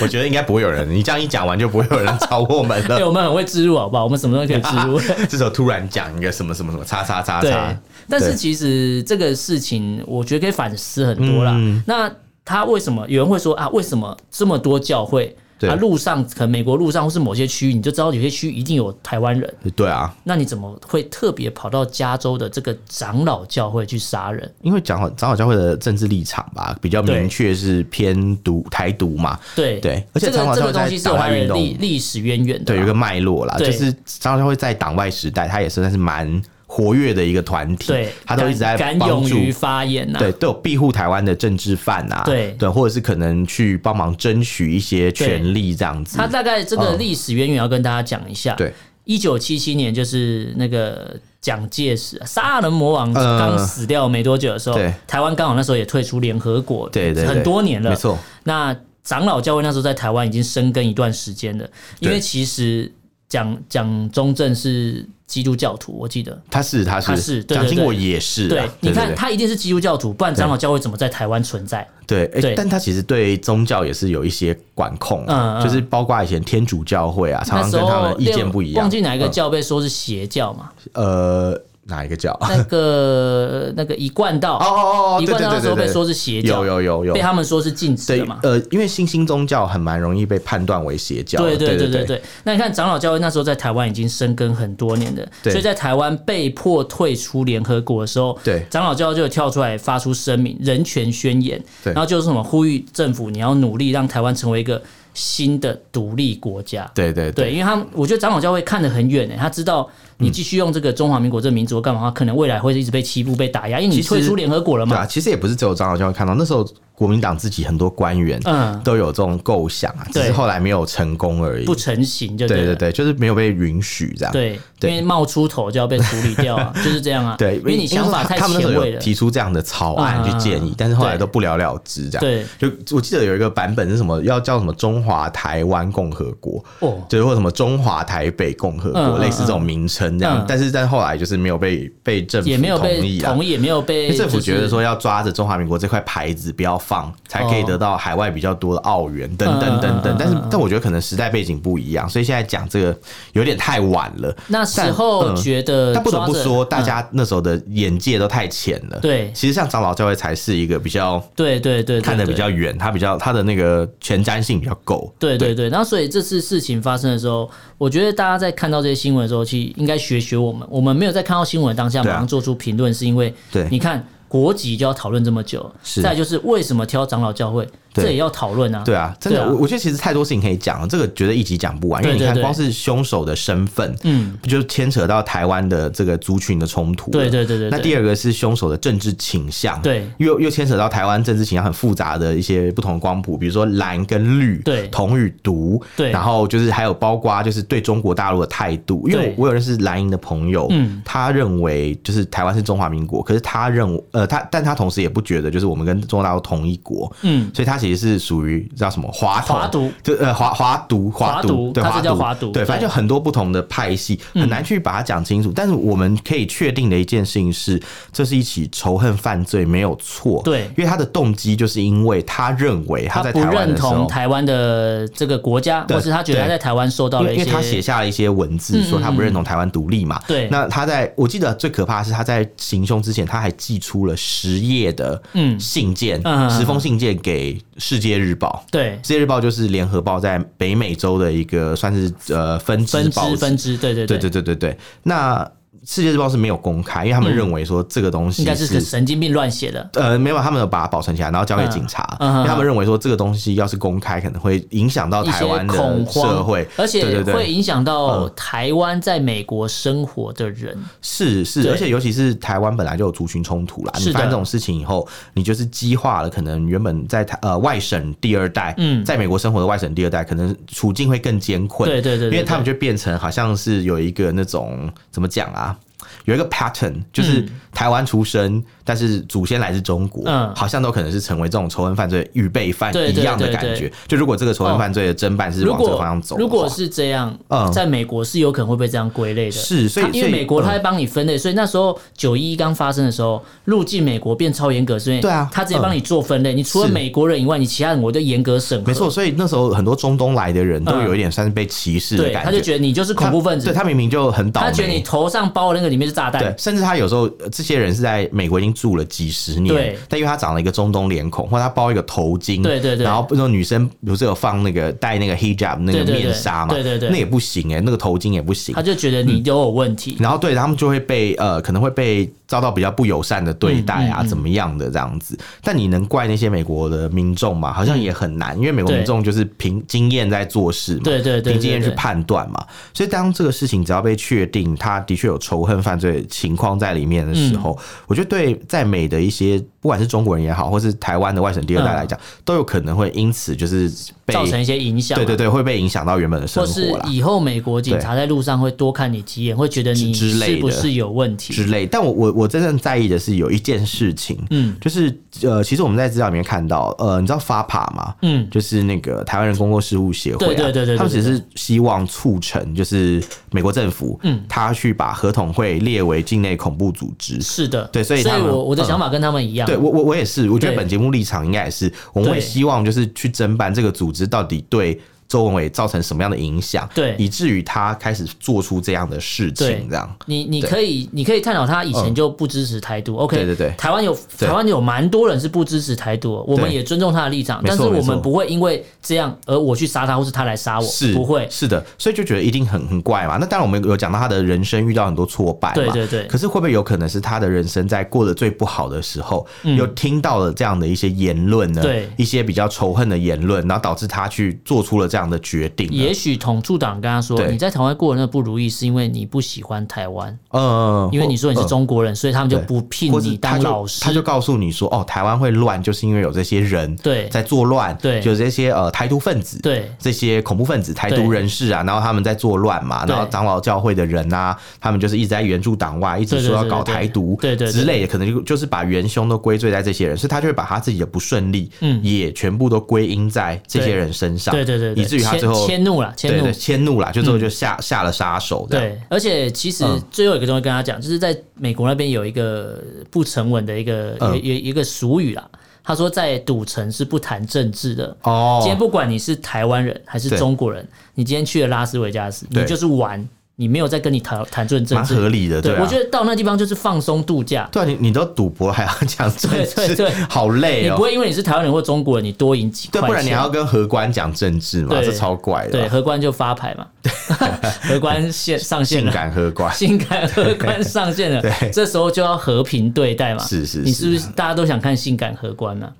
[SPEAKER 2] 我觉得应该不会有人，你这样一讲完就不会有人找我们
[SPEAKER 1] 对，
[SPEAKER 2] 了。
[SPEAKER 1] 我们很会置入，好不好？我们什么东西可以置入？
[SPEAKER 2] 这时候突然讲一个什么什么什么叉叉叉
[SPEAKER 1] 对
[SPEAKER 2] 叉，，
[SPEAKER 1] 但是
[SPEAKER 2] 对
[SPEAKER 1] 其实这个事情，我觉得可以反思很多啦。
[SPEAKER 2] 嗯
[SPEAKER 1] 那他为什么有人会说啊？为什么这么多教会？
[SPEAKER 2] 对
[SPEAKER 1] 啊，路上可能美国路上或是某些区域，你就知道有些区域一定有台湾人，
[SPEAKER 2] 对啊，
[SPEAKER 1] 那你怎么会特别跑到加州的这个长老教会去杀人？
[SPEAKER 2] 因为长老长老教会的政治立场吧，比较
[SPEAKER 1] 对
[SPEAKER 2] 明确是偏独台独嘛，
[SPEAKER 1] 对
[SPEAKER 2] 对而且
[SPEAKER 1] 这
[SPEAKER 2] 长
[SPEAKER 1] 个
[SPEAKER 2] 老
[SPEAKER 1] 这
[SPEAKER 2] 教
[SPEAKER 1] 个
[SPEAKER 2] 会在
[SPEAKER 1] 东西是有
[SPEAKER 2] 党
[SPEAKER 1] 它
[SPEAKER 2] 外
[SPEAKER 1] 的
[SPEAKER 2] 运动
[SPEAKER 1] 历历史渊源的
[SPEAKER 2] 对，
[SPEAKER 1] 啦，
[SPEAKER 2] 有一个脉络啦，
[SPEAKER 1] 对
[SPEAKER 2] 就是长老教会在党外时代，它也是算是蛮活跃的一个团体，
[SPEAKER 1] 对，
[SPEAKER 2] 他都一直在
[SPEAKER 1] 敢敢
[SPEAKER 2] 帮
[SPEAKER 1] 勇
[SPEAKER 2] 助
[SPEAKER 1] 于发言啊呐、
[SPEAKER 2] 对，都有庇护台湾的政治犯啊，
[SPEAKER 1] 对
[SPEAKER 2] 或者是可能去帮忙争取一些权利这样子。
[SPEAKER 1] 他大概这个
[SPEAKER 2] 嗯
[SPEAKER 1] 历史渊源要跟大家讲一下。
[SPEAKER 2] 对，
[SPEAKER 1] 一九七七年就是那个蒋介石杀人魔王
[SPEAKER 2] 呃
[SPEAKER 1] 刚死掉没多久的时候，
[SPEAKER 2] 对
[SPEAKER 1] 台湾刚好那时候也退出联合国，
[SPEAKER 2] 对对对
[SPEAKER 1] 很多年了，
[SPEAKER 2] 没。错，
[SPEAKER 1] 那长老教会那时候在台湾已经深耕一段时间了，因为
[SPEAKER 2] 对
[SPEAKER 1] 其实蒋蒋中正是基督教徒，我记得。
[SPEAKER 2] 他是他
[SPEAKER 1] 他
[SPEAKER 2] 是
[SPEAKER 1] 是对
[SPEAKER 2] 蒋
[SPEAKER 1] 对
[SPEAKER 2] 经
[SPEAKER 1] 对
[SPEAKER 2] 国也是啊，
[SPEAKER 1] 对，你
[SPEAKER 2] 对
[SPEAKER 1] 看
[SPEAKER 2] 对
[SPEAKER 1] 他一定是基督教徒，不然长老教会怎么在台湾存在？
[SPEAKER 2] 对，哎、
[SPEAKER 1] 对
[SPEAKER 2] 但他其实对宗教也是有一些管控、
[SPEAKER 1] 嗯
[SPEAKER 2] 啊，
[SPEAKER 1] 嗯
[SPEAKER 2] 就是包括以前天主教会啊，常
[SPEAKER 1] 那
[SPEAKER 2] 常
[SPEAKER 1] 时
[SPEAKER 2] 跟他
[SPEAKER 1] 候
[SPEAKER 2] 们意见不一样。
[SPEAKER 1] 忘记哪一个
[SPEAKER 2] 嗯
[SPEAKER 1] 教被说是邪教嘛？
[SPEAKER 2] 呃，哪一个教？哦
[SPEAKER 1] 那个那个一贯道
[SPEAKER 2] 哦哦哦，
[SPEAKER 1] 一
[SPEAKER 2] 对
[SPEAKER 1] 贯
[SPEAKER 2] 对
[SPEAKER 1] 道那
[SPEAKER 2] 对
[SPEAKER 1] 时
[SPEAKER 2] 对
[SPEAKER 1] 候被
[SPEAKER 2] 对，
[SPEAKER 1] 说是邪教，
[SPEAKER 2] 有有有有
[SPEAKER 1] 被，他们说是禁止
[SPEAKER 2] 对
[SPEAKER 1] 的嘛。
[SPEAKER 2] 呃，因为新兴宗教很蛮容易被判断为邪教的，
[SPEAKER 1] 对对
[SPEAKER 2] 对
[SPEAKER 1] 对
[SPEAKER 2] 对
[SPEAKER 1] 对，那你看长老教会那时候在台湾已经深耕很多年的，
[SPEAKER 2] 对
[SPEAKER 1] 所以在台湾被迫退出联合国的时候，
[SPEAKER 2] 对
[SPEAKER 1] 长老教会就有跳出来发出声明、人权宣言，
[SPEAKER 2] 对
[SPEAKER 1] 然后就是什么呼吁政府你要努力让台湾成为一个新的独立国家。
[SPEAKER 2] 对对嗯
[SPEAKER 1] 对，因为他们，我觉得长老教会看得很远诶、欸他知道你继续用这个中华民国这民族干嘛，他可能未来会一直被欺负、被打压，因为你
[SPEAKER 2] 其实
[SPEAKER 1] 退出联合国了
[SPEAKER 2] 对啊
[SPEAKER 1] 嘛
[SPEAKER 2] 啊，。其实也不是只有长老教会看到，那时候国民党自己很多官员
[SPEAKER 1] 嗯
[SPEAKER 2] 都有这种构想啊，只是
[SPEAKER 1] 对
[SPEAKER 2] 后来没有成功而已。
[SPEAKER 1] 不成形就
[SPEAKER 2] 对
[SPEAKER 1] 对
[SPEAKER 2] 对
[SPEAKER 1] 了
[SPEAKER 2] 对，就是没有被允许这样。
[SPEAKER 1] 对
[SPEAKER 2] 啊对
[SPEAKER 1] 因为冒出头就要被处理掉 啊，就是这样啊。
[SPEAKER 2] 对，
[SPEAKER 1] 因为你想法
[SPEAKER 2] 因为
[SPEAKER 1] 太
[SPEAKER 2] 他们那
[SPEAKER 1] 前
[SPEAKER 2] 时候
[SPEAKER 1] 卫
[SPEAKER 2] 有
[SPEAKER 1] 了。
[SPEAKER 2] 提出这样的草案
[SPEAKER 1] 嗯
[SPEAKER 2] 去建议，但是后来
[SPEAKER 1] 对
[SPEAKER 2] 都不了了之这样。
[SPEAKER 1] 对，
[SPEAKER 2] 就我记得有一个版本是什么，要叫什么中华台湾共和国，
[SPEAKER 1] 哦，
[SPEAKER 2] 就是或什么中华台北共和国，
[SPEAKER 1] 嗯嗯
[SPEAKER 2] 类似这种名称这样。
[SPEAKER 1] 嗯
[SPEAKER 2] 但是但后来就是没有被被政府
[SPEAKER 1] 也没有
[SPEAKER 2] 同
[SPEAKER 1] 被
[SPEAKER 2] 意啊。
[SPEAKER 1] 同意，也没有
[SPEAKER 2] 因
[SPEAKER 1] 被
[SPEAKER 2] 为政府
[SPEAKER 1] 就是
[SPEAKER 2] 觉得说要抓着中华民国这块牌子不要放，才可以
[SPEAKER 1] 哦
[SPEAKER 2] 得到海外比较多的澳元
[SPEAKER 1] 嗯
[SPEAKER 2] 等等
[SPEAKER 1] 嗯
[SPEAKER 2] 等
[SPEAKER 1] 嗯
[SPEAKER 2] 等
[SPEAKER 1] 嗯。
[SPEAKER 2] 但是
[SPEAKER 1] 嗯，
[SPEAKER 2] 但我觉得可能时代背景不一样，所以现在讲这个有点太晚了。
[SPEAKER 1] 那时
[SPEAKER 2] 但
[SPEAKER 1] 候
[SPEAKER 2] 嗯
[SPEAKER 1] 觉得抓着，
[SPEAKER 2] 但不得不说，大
[SPEAKER 1] 嗯
[SPEAKER 2] 家那时候的眼界都太浅了。
[SPEAKER 1] 对
[SPEAKER 2] 其实像长老教会才是一个比较
[SPEAKER 1] 对对对对
[SPEAKER 2] 看得比
[SPEAKER 1] 对
[SPEAKER 2] 较远，它比较它的那个前瞻性比较够。
[SPEAKER 1] 对对对，然后所以这次事情发生的时候，我觉得大家在看到这些新闻的时候，其实应该学学我们。我们没有在看到新闻当下
[SPEAKER 2] 对
[SPEAKER 1] 马
[SPEAKER 2] 啊
[SPEAKER 1] 上做出评论，是因为
[SPEAKER 2] 对
[SPEAKER 1] 你看国籍就要讨论这么久，
[SPEAKER 2] 是
[SPEAKER 1] 再来就是为什么挑长老教会，
[SPEAKER 2] 对
[SPEAKER 1] 这也要讨论啊。
[SPEAKER 2] 对啊，真的，
[SPEAKER 1] 对啊
[SPEAKER 2] 我我觉得其实太多事情可以讲了，这个觉得一集讲不完，因为
[SPEAKER 1] 对
[SPEAKER 2] 你
[SPEAKER 1] 对
[SPEAKER 2] 看
[SPEAKER 1] 对
[SPEAKER 2] 光是凶手的身份，
[SPEAKER 1] 嗯，
[SPEAKER 2] 就牵扯到台湾的这个族群的冲突了。
[SPEAKER 1] 对对对对对
[SPEAKER 2] 那第二个是凶手的政治倾向，
[SPEAKER 1] 对
[SPEAKER 2] 又又牵扯到台湾政治倾向很复杂的一些不同的光谱，比如说蓝跟绿，
[SPEAKER 1] 对
[SPEAKER 2] 同与独，
[SPEAKER 1] 对
[SPEAKER 2] 然后就是还有包括就是对中国大陆的态度，因为
[SPEAKER 1] 对
[SPEAKER 2] 我有认识蓝营的朋友，
[SPEAKER 1] 嗯
[SPEAKER 2] 他认为就是台湾是中华民国，可是他认为呃他，但他同时也不觉得就是我们跟中国大陆同一国，
[SPEAKER 1] 嗯，
[SPEAKER 2] 所以他其实是属于叫什么华统
[SPEAKER 1] 华独，
[SPEAKER 2] 就呃华华独
[SPEAKER 1] 华
[SPEAKER 2] 独
[SPEAKER 1] 独
[SPEAKER 2] 对
[SPEAKER 1] 它是
[SPEAKER 2] 华
[SPEAKER 1] 叫
[SPEAKER 2] 独
[SPEAKER 1] 华独
[SPEAKER 2] 对，
[SPEAKER 1] 对嗯
[SPEAKER 2] 反正就很多不同的派系，很难去把它讲清楚。但是我们可以确定的一件事情是，这是一起仇恨犯罪，没有错。
[SPEAKER 1] 对
[SPEAKER 2] 因为他的动机就是因为他认为
[SPEAKER 1] 他
[SPEAKER 2] 他在
[SPEAKER 1] 不
[SPEAKER 2] 台湾
[SPEAKER 1] 认
[SPEAKER 2] 的时
[SPEAKER 1] 同
[SPEAKER 2] 候。
[SPEAKER 1] 台湾的这个国家，
[SPEAKER 2] 对
[SPEAKER 1] 或是他觉得他
[SPEAKER 2] 对
[SPEAKER 1] 在台湾受到
[SPEAKER 2] 因
[SPEAKER 1] 了
[SPEAKER 2] 为
[SPEAKER 1] 一
[SPEAKER 2] 因为他写
[SPEAKER 1] 些嗯
[SPEAKER 2] 下了一些文字，说他不认同台湾独立嘛。
[SPEAKER 1] 对
[SPEAKER 2] 那他在我记得最可怕的是他在行凶之前，他还寄出了十页的
[SPEAKER 1] 嗯
[SPEAKER 2] 信件，
[SPEAKER 1] 嗯
[SPEAKER 2] 十封信件给《世界日报》。
[SPEAKER 1] 对
[SPEAKER 2] 《世界日报》就是联合报在北美洲的一个算是呃分支
[SPEAKER 1] 分
[SPEAKER 2] 报
[SPEAKER 1] 支
[SPEAKER 2] 纸，
[SPEAKER 1] 分支，对对
[SPEAKER 2] 对对
[SPEAKER 1] 对，
[SPEAKER 2] 对对对。那《世界日报》是没有公开，因为他们认为说这个东
[SPEAKER 1] 嗯
[SPEAKER 2] 西
[SPEAKER 1] 应该是个神经病乱写的。
[SPEAKER 2] 呃，没有，他们有把它保存起来，然后交给警察，
[SPEAKER 1] 嗯嗯嗯
[SPEAKER 2] 因为他们认为说这个东西要是公开，可能会影响到
[SPEAKER 1] 一
[SPEAKER 2] 台
[SPEAKER 1] 些
[SPEAKER 2] 湾的
[SPEAKER 1] 恐慌
[SPEAKER 2] 社会，
[SPEAKER 1] 而且
[SPEAKER 2] 对对对
[SPEAKER 1] 会影响到
[SPEAKER 2] 嗯
[SPEAKER 1] 台湾在美国生活的人。
[SPEAKER 2] 是是，
[SPEAKER 1] 对
[SPEAKER 2] 而且尤其是台湾本来就有族群冲突啦，你
[SPEAKER 1] 是的
[SPEAKER 2] 发生这种事情以后，你就是激化了可能原本在台呃外省第二代，
[SPEAKER 1] 嗯
[SPEAKER 2] 在美国生活的外省第二代，可能处境会更艰困，
[SPEAKER 1] 对对对对
[SPEAKER 2] 因为他们
[SPEAKER 1] 对
[SPEAKER 2] 就变成好像是有一个那种怎么讲啊。有一个 pattern，就是台湾出生，但是祖先来自中国，
[SPEAKER 1] 嗯
[SPEAKER 2] 好像都可能是成为这种仇恨犯罪的预备犯
[SPEAKER 1] 对
[SPEAKER 2] 一
[SPEAKER 1] 对
[SPEAKER 2] 样的
[SPEAKER 1] 对
[SPEAKER 2] 感
[SPEAKER 1] 对
[SPEAKER 2] 觉。就如果这个仇恨
[SPEAKER 1] 哦
[SPEAKER 2] 犯罪的侦办是
[SPEAKER 1] 如
[SPEAKER 2] 往这个方
[SPEAKER 1] 果
[SPEAKER 2] 向走的话，
[SPEAKER 1] 如果是这样
[SPEAKER 2] 嗯，
[SPEAKER 1] 在美国是有可能会被这样归类的。
[SPEAKER 2] 是所以
[SPEAKER 1] 它因为
[SPEAKER 2] 所以
[SPEAKER 1] 美国
[SPEAKER 2] 嗯
[SPEAKER 1] 它会帮你分类，所以那时候九一一刚发生的时候，入境美国变超严格，是因为
[SPEAKER 2] 对啊
[SPEAKER 1] 他直接帮你做分类，你除了
[SPEAKER 2] 是
[SPEAKER 1] 美国人以外，你其他人我都严格审核。
[SPEAKER 2] 没错，，所以那时候很多中东来的人都有一点算是被歧视
[SPEAKER 1] 嗯
[SPEAKER 2] 的
[SPEAKER 1] 对，
[SPEAKER 2] 感
[SPEAKER 1] 他就觉得你就是恐怖分子，
[SPEAKER 2] 对他明明就很倒
[SPEAKER 1] 他
[SPEAKER 2] 霉，
[SPEAKER 1] 觉得你头上包的那个里面是炸
[SPEAKER 2] 对
[SPEAKER 1] 弹，，
[SPEAKER 2] 甚至他有时候呃这些人是在美国已经住了几十年，
[SPEAKER 1] 对
[SPEAKER 2] 但因为他长了一个中东脸孔，或者他包一个头巾，
[SPEAKER 1] 对对对
[SPEAKER 2] 然后那种女生不是有放那个戴那个 hijab 那个
[SPEAKER 1] 对对对
[SPEAKER 2] 面纱嘛，
[SPEAKER 1] 对对对
[SPEAKER 2] 那也不行哎、那个头巾也不行
[SPEAKER 1] 他，就觉得你都有问题。
[SPEAKER 2] 然后对他们就会被呃，可能会被遭到比较不友善的对待啊，
[SPEAKER 1] 嗯嗯嗯
[SPEAKER 2] 怎么样的这样子。但你能怪那些美国的民众吗？好像也很难，因为美国民众就是凭经验在做事嘛，
[SPEAKER 1] 对对对对
[SPEAKER 2] 凭经验去
[SPEAKER 1] 对
[SPEAKER 2] 判断嘛。所以当这个事情只要被确定，他的确有仇恨犯罪情况在里面的时
[SPEAKER 1] 嗯
[SPEAKER 2] 候，我觉得对在美的一些不管是中国人也好，或是台湾的外省第二代来讲，都有可能会因此就是被
[SPEAKER 1] 嗯造成一些影响啊，
[SPEAKER 2] 对对对会被影响到原本的生
[SPEAKER 1] 或
[SPEAKER 2] 活
[SPEAKER 1] 是
[SPEAKER 2] 啦。
[SPEAKER 1] 以后美国警察在路上会多看你几眼，会觉得你
[SPEAKER 2] 之之类
[SPEAKER 1] 是
[SPEAKER 2] 的
[SPEAKER 1] 不是有问
[SPEAKER 2] 之
[SPEAKER 1] 题？
[SPEAKER 2] 类。但我我我真正在意的是有一件事情，
[SPEAKER 1] 嗯
[SPEAKER 2] 就是呃，其实我们在资料里面看到，呃，你知道 FAPA 吗？
[SPEAKER 1] 嗯，
[SPEAKER 2] 就是那个台湾人公共事务协会、啊，
[SPEAKER 1] 对对对对对
[SPEAKER 2] 他们只
[SPEAKER 1] 对
[SPEAKER 2] 是希望促成，就是美国政府，
[SPEAKER 1] 嗯，
[SPEAKER 2] 他去把合统会列为境内恐怖组织。
[SPEAKER 1] 是的，
[SPEAKER 2] 对所以他们
[SPEAKER 1] 我我的
[SPEAKER 2] 嗯
[SPEAKER 1] 想法跟他们一样，
[SPEAKER 2] 对我我我也是，我觉得
[SPEAKER 1] 对
[SPEAKER 2] 本节目立场应该也是，我们会
[SPEAKER 1] 对
[SPEAKER 2] 希望就是去侦办这个组织到底对周文伟造成什么样的影响，
[SPEAKER 1] 对
[SPEAKER 2] 以至于他开始做出这样的事
[SPEAKER 1] 对
[SPEAKER 2] 情，这样。
[SPEAKER 1] 你你
[SPEAKER 2] 对嗯
[SPEAKER 1] 可以你可以探讨他以前就不支持台独、o k
[SPEAKER 2] 对对对
[SPEAKER 1] 台湾有
[SPEAKER 2] 对
[SPEAKER 1] 台湾有蛮多人是不支持台独的，我们
[SPEAKER 2] 对
[SPEAKER 1] 也尊重他的立场，
[SPEAKER 2] 没
[SPEAKER 1] 但
[SPEAKER 2] 错
[SPEAKER 1] 是我
[SPEAKER 2] 没错
[SPEAKER 1] 们不会因为这样而我去杀他，或是他来杀我，
[SPEAKER 2] 是
[SPEAKER 1] 不会。
[SPEAKER 2] 是的，所以就觉得一定很很怪嘛。那当然我们有讲到他的人生遇到很多挫败嘛，
[SPEAKER 1] 对对对
[SPEAKER 2] 可是会不会有可能是他的人生在过得最不好的时候，又听到了这样的一些言论
[SPEAKER 1] 嗯
[SPEAKER 2] 呢？
[SPEAKER 1] 对
[SPEAKER 2] 一些比较仇恨的言论，然后导致他去做出了这这样的决定了。
[SPEAKER 1] 也许统促党跟他说，
[SPEAKER 2] 对
[SPEAKER 1] 你在台湾过得那不如意，是因为你不喜欢台湾，
[SPEAKER 2] 呃，
[SPEAKER 1] 因为你说你是
[SPEAKER 2] 呃
[SPEAKER 1] 中国人，所以他们就
[SPEAKER 2] 对
[SPEAKER 1] 不聘
[SPEAKER 2] 或是
[SPEAKER 1] 你
[SPEAKER 2] 他
[SPEAKER 1] 当
[SPEAKER 2] 就
[SPEAKER 1] 老师。
[SPEAKER 2] 他就告诉你说，哦，台湾会乱，就是因为有这些人
[SPEAKER 1] 对
[SPEAKER 2] 在作乱，
[SPEAKER 1] 对
[SPEAKER 2] 就是这些呃台独分子，
[SPEAKER 1] 对
[SPEAKER 2] 这些恐怖分子、台独
[SPEAKER 1] 对
[SPEAKER 2] 人士啊，然后他们在作乱嘛，
[SPEAKER 1] 对
[SPEAKER 2] 然后长老教会的人啊，他们就是一直在援助党外，一直
[SPEAKER 1] 对对
[SPEAKER 2] 说要
[SPEAKER 1] 对
[SPEAKER 2] 搞
[SPEAKER 1] 对
[SPEAKER 2] 台独，
[SPEAKER 1] 对对对
[SPEAKER 2] 之类的，可能就就是把元凶都归罪在这些人，所以他就会把他自己的不顺利，
[SPEAKER 1] 嗯
[SPEAKER 2] 也全部都归因在这些人身上，
[SPEAKER 1] 对对对对，
[SPEAKER 2] 以至于他
[SPEAKER 1] 迁
[SPEAKER 2] 最后
[SPEAKER 1] 迁怒了，迁
[SPEAKER 2] 对
[SPEAKER 1] 怒嗯
[SPEAKER 2] 对。迁怒啦，就最后就下下了杀手，这样，
[SPEAKER 1] 对，而且其实
[SPEAKER 2] 啊嗯
[SPEAKER 1] 最后一个东西跟他讲，就是在美国那边有一个不成文的一个有
[SPEAKER 2] 嗯
[SPEAKER 1] 有一个俗语啦。他说，在赌城是不谈政治的。
[SPEAKER 2] 哦，
[SPEAKER 1] 今天不管你是台湾人还是
[SPEAKER 2] 对
[SPEAKER 1] 中国人，你今天去了拉斯维加斯，你
[SPEAKER 2] 对
[SPEAKER 1] 就是玩，你没有在跟你谈谈论政
[SPEAKER 2] 蛮
[SPEAKER 1] 治。
[SPEAKER 2] 合理的，
[SPEAKER 1] 对，
[SPEAKER 2] 啊
[SPEAKER 1] 我觉得到那地方就是放松度假。
[SPEAKER 2] 对啊，你你都赌博还要讲政治，
[SPEAKER 1] 对对对
[SPEAKER 2] 好累
[SPEAKER 1] 你
[SPEAKER 2] 哦、
[SPEAKER 1] 不会因为你是台湾人或中国人，你多赢几块
[SPEAKER 2] 对，
[SPEAKER 1] 钱，
[SPEAKER 2] 不然你还要啊跟荷官讲政治嘛，
[SPEAKER 1] 对
[SPEAKER 2] 这超怪的。
[SPEAKER 1] 对，荷官就发牌嘛， 荷官线上线
[SPEAKER 2] 性
[SPEAKER 1] 了，
[SPEAKER 2] 感荷官，
[SPEAKER 1] 性感荷官上线了，
[SPEAKER 2] 对
[SPEAKER 1] 这时候就要和平对待嘛。
[SPEAKER 2] 是啊是
[SPEAKER 1] 你是不是大家都想看性感荷官啊呢？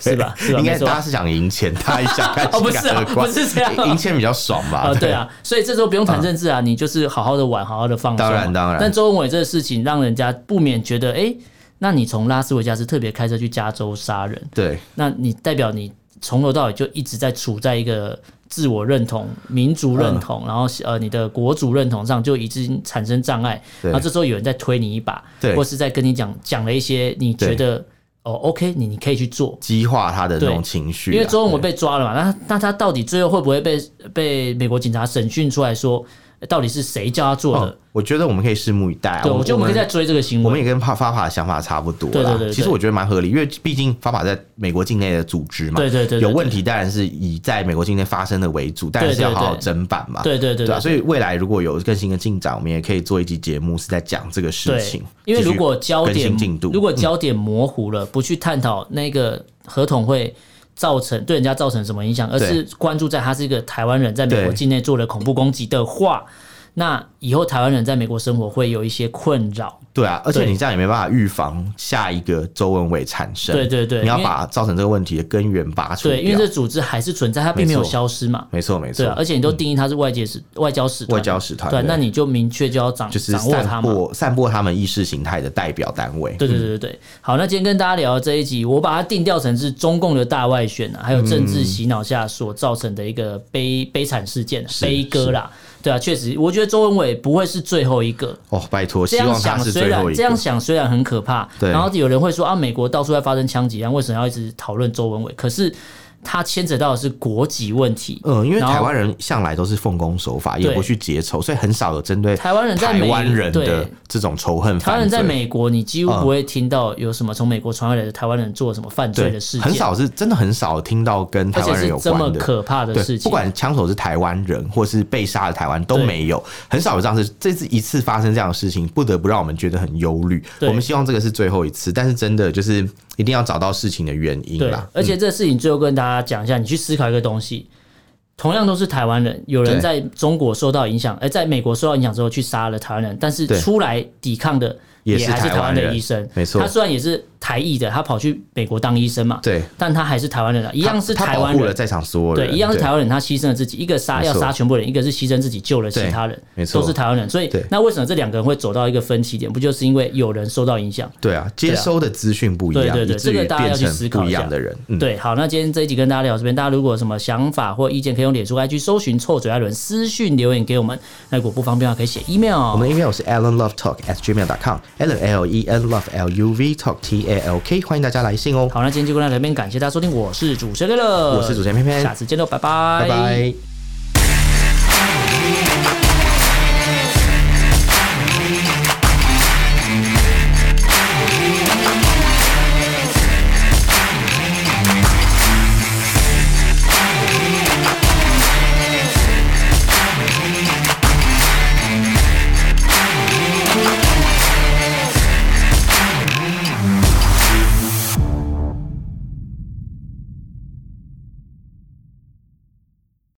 [SPEAKER 1] 是吧？是吧？
[SPEAKER 2] 应
[SPEAKER 1] 没
[SPEAKER 2] 该
[SPEAKER 1] 错
[SPEAKER 2] 大家
[SPEAKER 1] 啊。
[SPEAKER 2] 是想赢钱，他也想看
[SPEAKER 1] 哦不
[SPEAKER 2] 性
[SPEAKER 1] 是啊
[SPEAKER 2] 感荷官，
[SPEAKER 1] 不是这样啊
[SPEAKER 2] 赢钱比较爽吧？
[SPEAKER 1] 哦，对，啊，所以这时候不用谈政治啊，你就是好好的玩，好好的放松嘛。啊
[SPEAKER 2] 当然当然
[SPEAKER 1] 但周文伟这个事情，让人家不免觉得，哎，那你从拉斯维加斯特别开车去加州杀人，
[SPEAKER 2] 对，
[SPEAKER 1] 那你代表你从头到尾就一直在处在一个自我认同、民族认
[SPEAKER 2] 嗯
[SPEAKER 1] 同，然后呃你的国族认同上就已经产生障碍，
[SPEAKER 2] 对
[SPEAKER 1] 然后这时候有人在推你一把，
[SPEAKER 2] 对
[SPEAKER 1] 或是在跟你讲讲了一些你觉得哦 OK，你你可以去做。
[SPEAKER 2] 激化他的那种
[SPEAKER 1] 对
[SPEAKER 2] 情绪啊。
[SPEAKER 1] 因为周文伟
[SPEAKER 2] 对啊
[SPEAKER 1] 被抓了嘛，那那他到底最后会不会被被美国警察审讯出来说，呃到底是谁叫他做的？
[SPEAKER 2] 哦，我觉得我们可以拭目以待啊。
[SPEAKER 1] 对，我觉得我们可以再追这个新
[SPEAKER 2] 我们
[SPEAKER 1] 闻。
[SPEAKER 2] 也跟帕法法的想法差不多啦。
[SPEAKER 1] 对对对对
[SPEAKER 2] 其实我觉得蛮合理，因为毕竟法法在美国境内的组织嘛，
[SPEAKER 1] 对对对对
[SPEAKER 2] 有问题当然是以在美国境内发生的为主，但是要好好侦办嘛。
[SPEAKER 1] 对对对
[SPEAKER 2] 对
[SPEAKER 1] 对，
[SPEAKER 2] 啊，所以未来如果有更新的进展，我们也可以做一集节目是在讲这个事情
[SPEAKER 1] 对。，因为如果焦
[SPEAKER 2] 继续
[SPEAKER 1] 点
[SPEAKER 2] 更新进度，
[SPEAKER 1] 如果焦点模糊了，不去探讨那个合同会造成对人家造成什么影响，而
[SPEAKER 2] 对
[SPEAKER 1] 是关注在他是一个台湾人在美国
[SPEAKER 2] 对
[SPEAKER 1] 境内做的恐怖攻击的话，那以后台湾人在美国生活会有一些困扰。
[SPEAKER 2] 对啊，而且
[SPEAKER 1] 对
[SPEAKER 2] 你这样也没办法预防下一个周文伟产生。
[SPEAKER 1] 对对对
[SPEAKER 2] 你要
[SPEAKER 1] 因为
[SPEAKER 2] 把造成这个问题的根源拔出掉。
[SPEAKER 1] 对，因为这组织还是存在，它并没有
[SPEAKER 2] 没错
[SPEAKER 1] 消失嘛。
[SPEAKER 2] 没错没错
[SPEAKER 1] 对、啊，，而且你都定义它是外界使、外交使团嘛，
[SPEAKER 2] 外交使团
[SPEAKER 1] 对啊，
[SPEAKER 2] 对
[SPEAKER 1] 那你就明确就要掌
[SPEAKER 2] 就是
[SPEAKER 1] 掌握它
[SPEAKER 2] 散
[SPEAKER 1] 嘛。
[SPEAKER 2] 播散播他们意识形态的代表单位。
[SPEAKER 1] 对对对对对，好，那今天跟大家聊的这一集，我把它定调成是中共的大外宣啊，还有政
[SPEAKER 2] 嗯
[SPEAKER 1] 治洗脑下所造成的一个悲悲惨事件、啊悲歌啦。对啊，确实，我觉得周文伟不会是最后一个。
[SPEAKER 2] 哦，拜托，
[SPEAKER 1] 这
[SPEAKER 2] 希
[SPEAKER 1] 样
[SPEAKER 2] 望
[SPEAKER 1] 想
[SPEAKER 2] 他是
[SPEAKER 1] 虽
[SPEAKER 2] 最
[SPEAKER 1] 然
[SPEAKER 2] 后一
[SPEAKER 1] 这样
[SPEAKER 2] 个。
[SPEAKER 1] 想虽然很可怕，
[SPEAKER 2] 对
[SPEAKER 1] 然后有人会说啊，美国到处在发生枪击案，为什么要一直讨论周文伟？可是他牵扯到的是国籍问题，
[SPEAKER 2] 嗯，因为
[SPEAKER 1] 然后
[SPEAKER 2] 台湾人向来都是奉公守法，也
[SPEAKER 1] 对
[SPEAKER 2] 不去结仇，所以很少有针对
[SPEAKER 1] 台湾人在
[SPEAKER 2] 台
[SPEAKER 1] 美
[SPEAKER 2] 湾人的
[SPEAKER 1] 对
[SPEAKER 2] 这种仇恨
[SPEAKER 1] 台湾
[SPEAKER 2] 犯
[SPEAKER 1] 人
[SPEAKER 2] 罪。嗯
[SPEAKER 1] 在美国，你几乎不会听到有什么从美国传回来的台湾人做什么犯罪
[SPEAKER 2] 对
[SPEAKER 1] 的事件，
[SPEAKER 2] 很少是真的很少听到跟台
[SPEAKER 1] 而且
[SPEAKER 2] 湾人
[SPEAKER 1] 是
[SPEAKER 2] 有
[SPEAKER 1] 这么
[SPEAKER 2] 关的。
[SPEAKER 1] 可怕的
[SPEAKER 2] 对
[SPEAKER 1] 事，情。
[SPEAKER 2] 不管枪手是台湾人或是被杀的台湾都
[SPEAKER 1] 对
[SPEAKER 2] 没有，很少有这样是这次一次发生这样的事情，不得不让我们觉得很忧虑。
[SPEAKER 1] 对
[SPEAKER 2] 我们希望这个是最后一次，但是真的就是一定要找到事情的原因
[SPEAKER 1] 对
[SPEAKER 2] 啦，。嗯
[SPEAKER 1] 而且这事情最后跟大家讲一下，你去思考一个东西。同样都是台湾人，有人
[SPEAKER 2] 对
[SPEAKER 1] 在中国受到影响，而在美国受到影响之后去杀了台湾人，但是
[SPEAKER 2] 对
[SPEAKER 1] 出来抵抗的
[SPEAKER 2] 也是
[SPEAKER 1] 还是
[SPEAKER 2] 台
[SPEAKER 1] 台
[SPEAKER 2] 湾
[SPEAKER 1] 湾的
[SPEAKER 2] 人
[SPEAKER 1] 医生。
[SPEAKER 2] 没错
[SPEAKER 1] 他虽然也是台裔的，他跑去美国当医生嘛，
[SPEAKER 2] 对，
[SPEAKER 1] 但他还是台湾人啊，一
[SPEAKER 2] 一
[SPEAKER 1] 样是台湾
[SPEAKER 2] 了
[SPEAKER 1] 人，
[SPEAKER 2] 在场所有
[SPEAKER 1] 对，
[SPEAKER 2] 人，
[SPEAKER 1] 一样是台湾人，他牺牲了自己，一个杀
[SPEAKER 2] 没
[SPEAKER 1] 要
[SPEAKER 2] 错
[SPEAKER 1] 杀全部人，一个是牺牲自己救了其
[SPEAKER 2] 对
[SPEAKER 1] 他人，
[SPEAKER 2] 没错
[SPEAKER 1] 都是台湾人，所以
[SPEAKER 2] 对
[SPEAKER 1] 那为什么这两个人会走到一个分歧点？不就是因为有人受到影响？
[SPEAKER 2] 对啊，接收的资讯不一样，
[SPEAKER 1] 对对对
[SPEAKER 2] 以至于
[SPEAKER 1] 这个大家要
[SPEAKER 2] 变
[SPEAKER 1] 去思
[SPEAKER 2] 成
[SPEAKER 1] 考
[SPEAKER 2] 不
[SPEAKER 1] 一下
[SPEAKER 2] 一样的人。嗯，
[SPEAKER 1] 对，好，那今天这一集跟大家聊到这边，大家如果有什么想法或意见，可以用脸书 IG 搜寻臭嘴艾伦私讯留言给我们。那如果不方便的话，可以写 email 哦
[SPEAKER 2] 我。们的 email 是 allenlovetalk at gmail.com，allen l e n love l u v talk t a l k，欢迎大家来信哦。
[SPEAKER 1] 好，那今天就跟大家聊到这边，感谢大家收听，我是主持人乐乐，
[SPEAKER 2] 我是主持人偏偏
[SPEAKER 1] 下次见喽，拜拜，
[SPEAKER 2] 拜拜。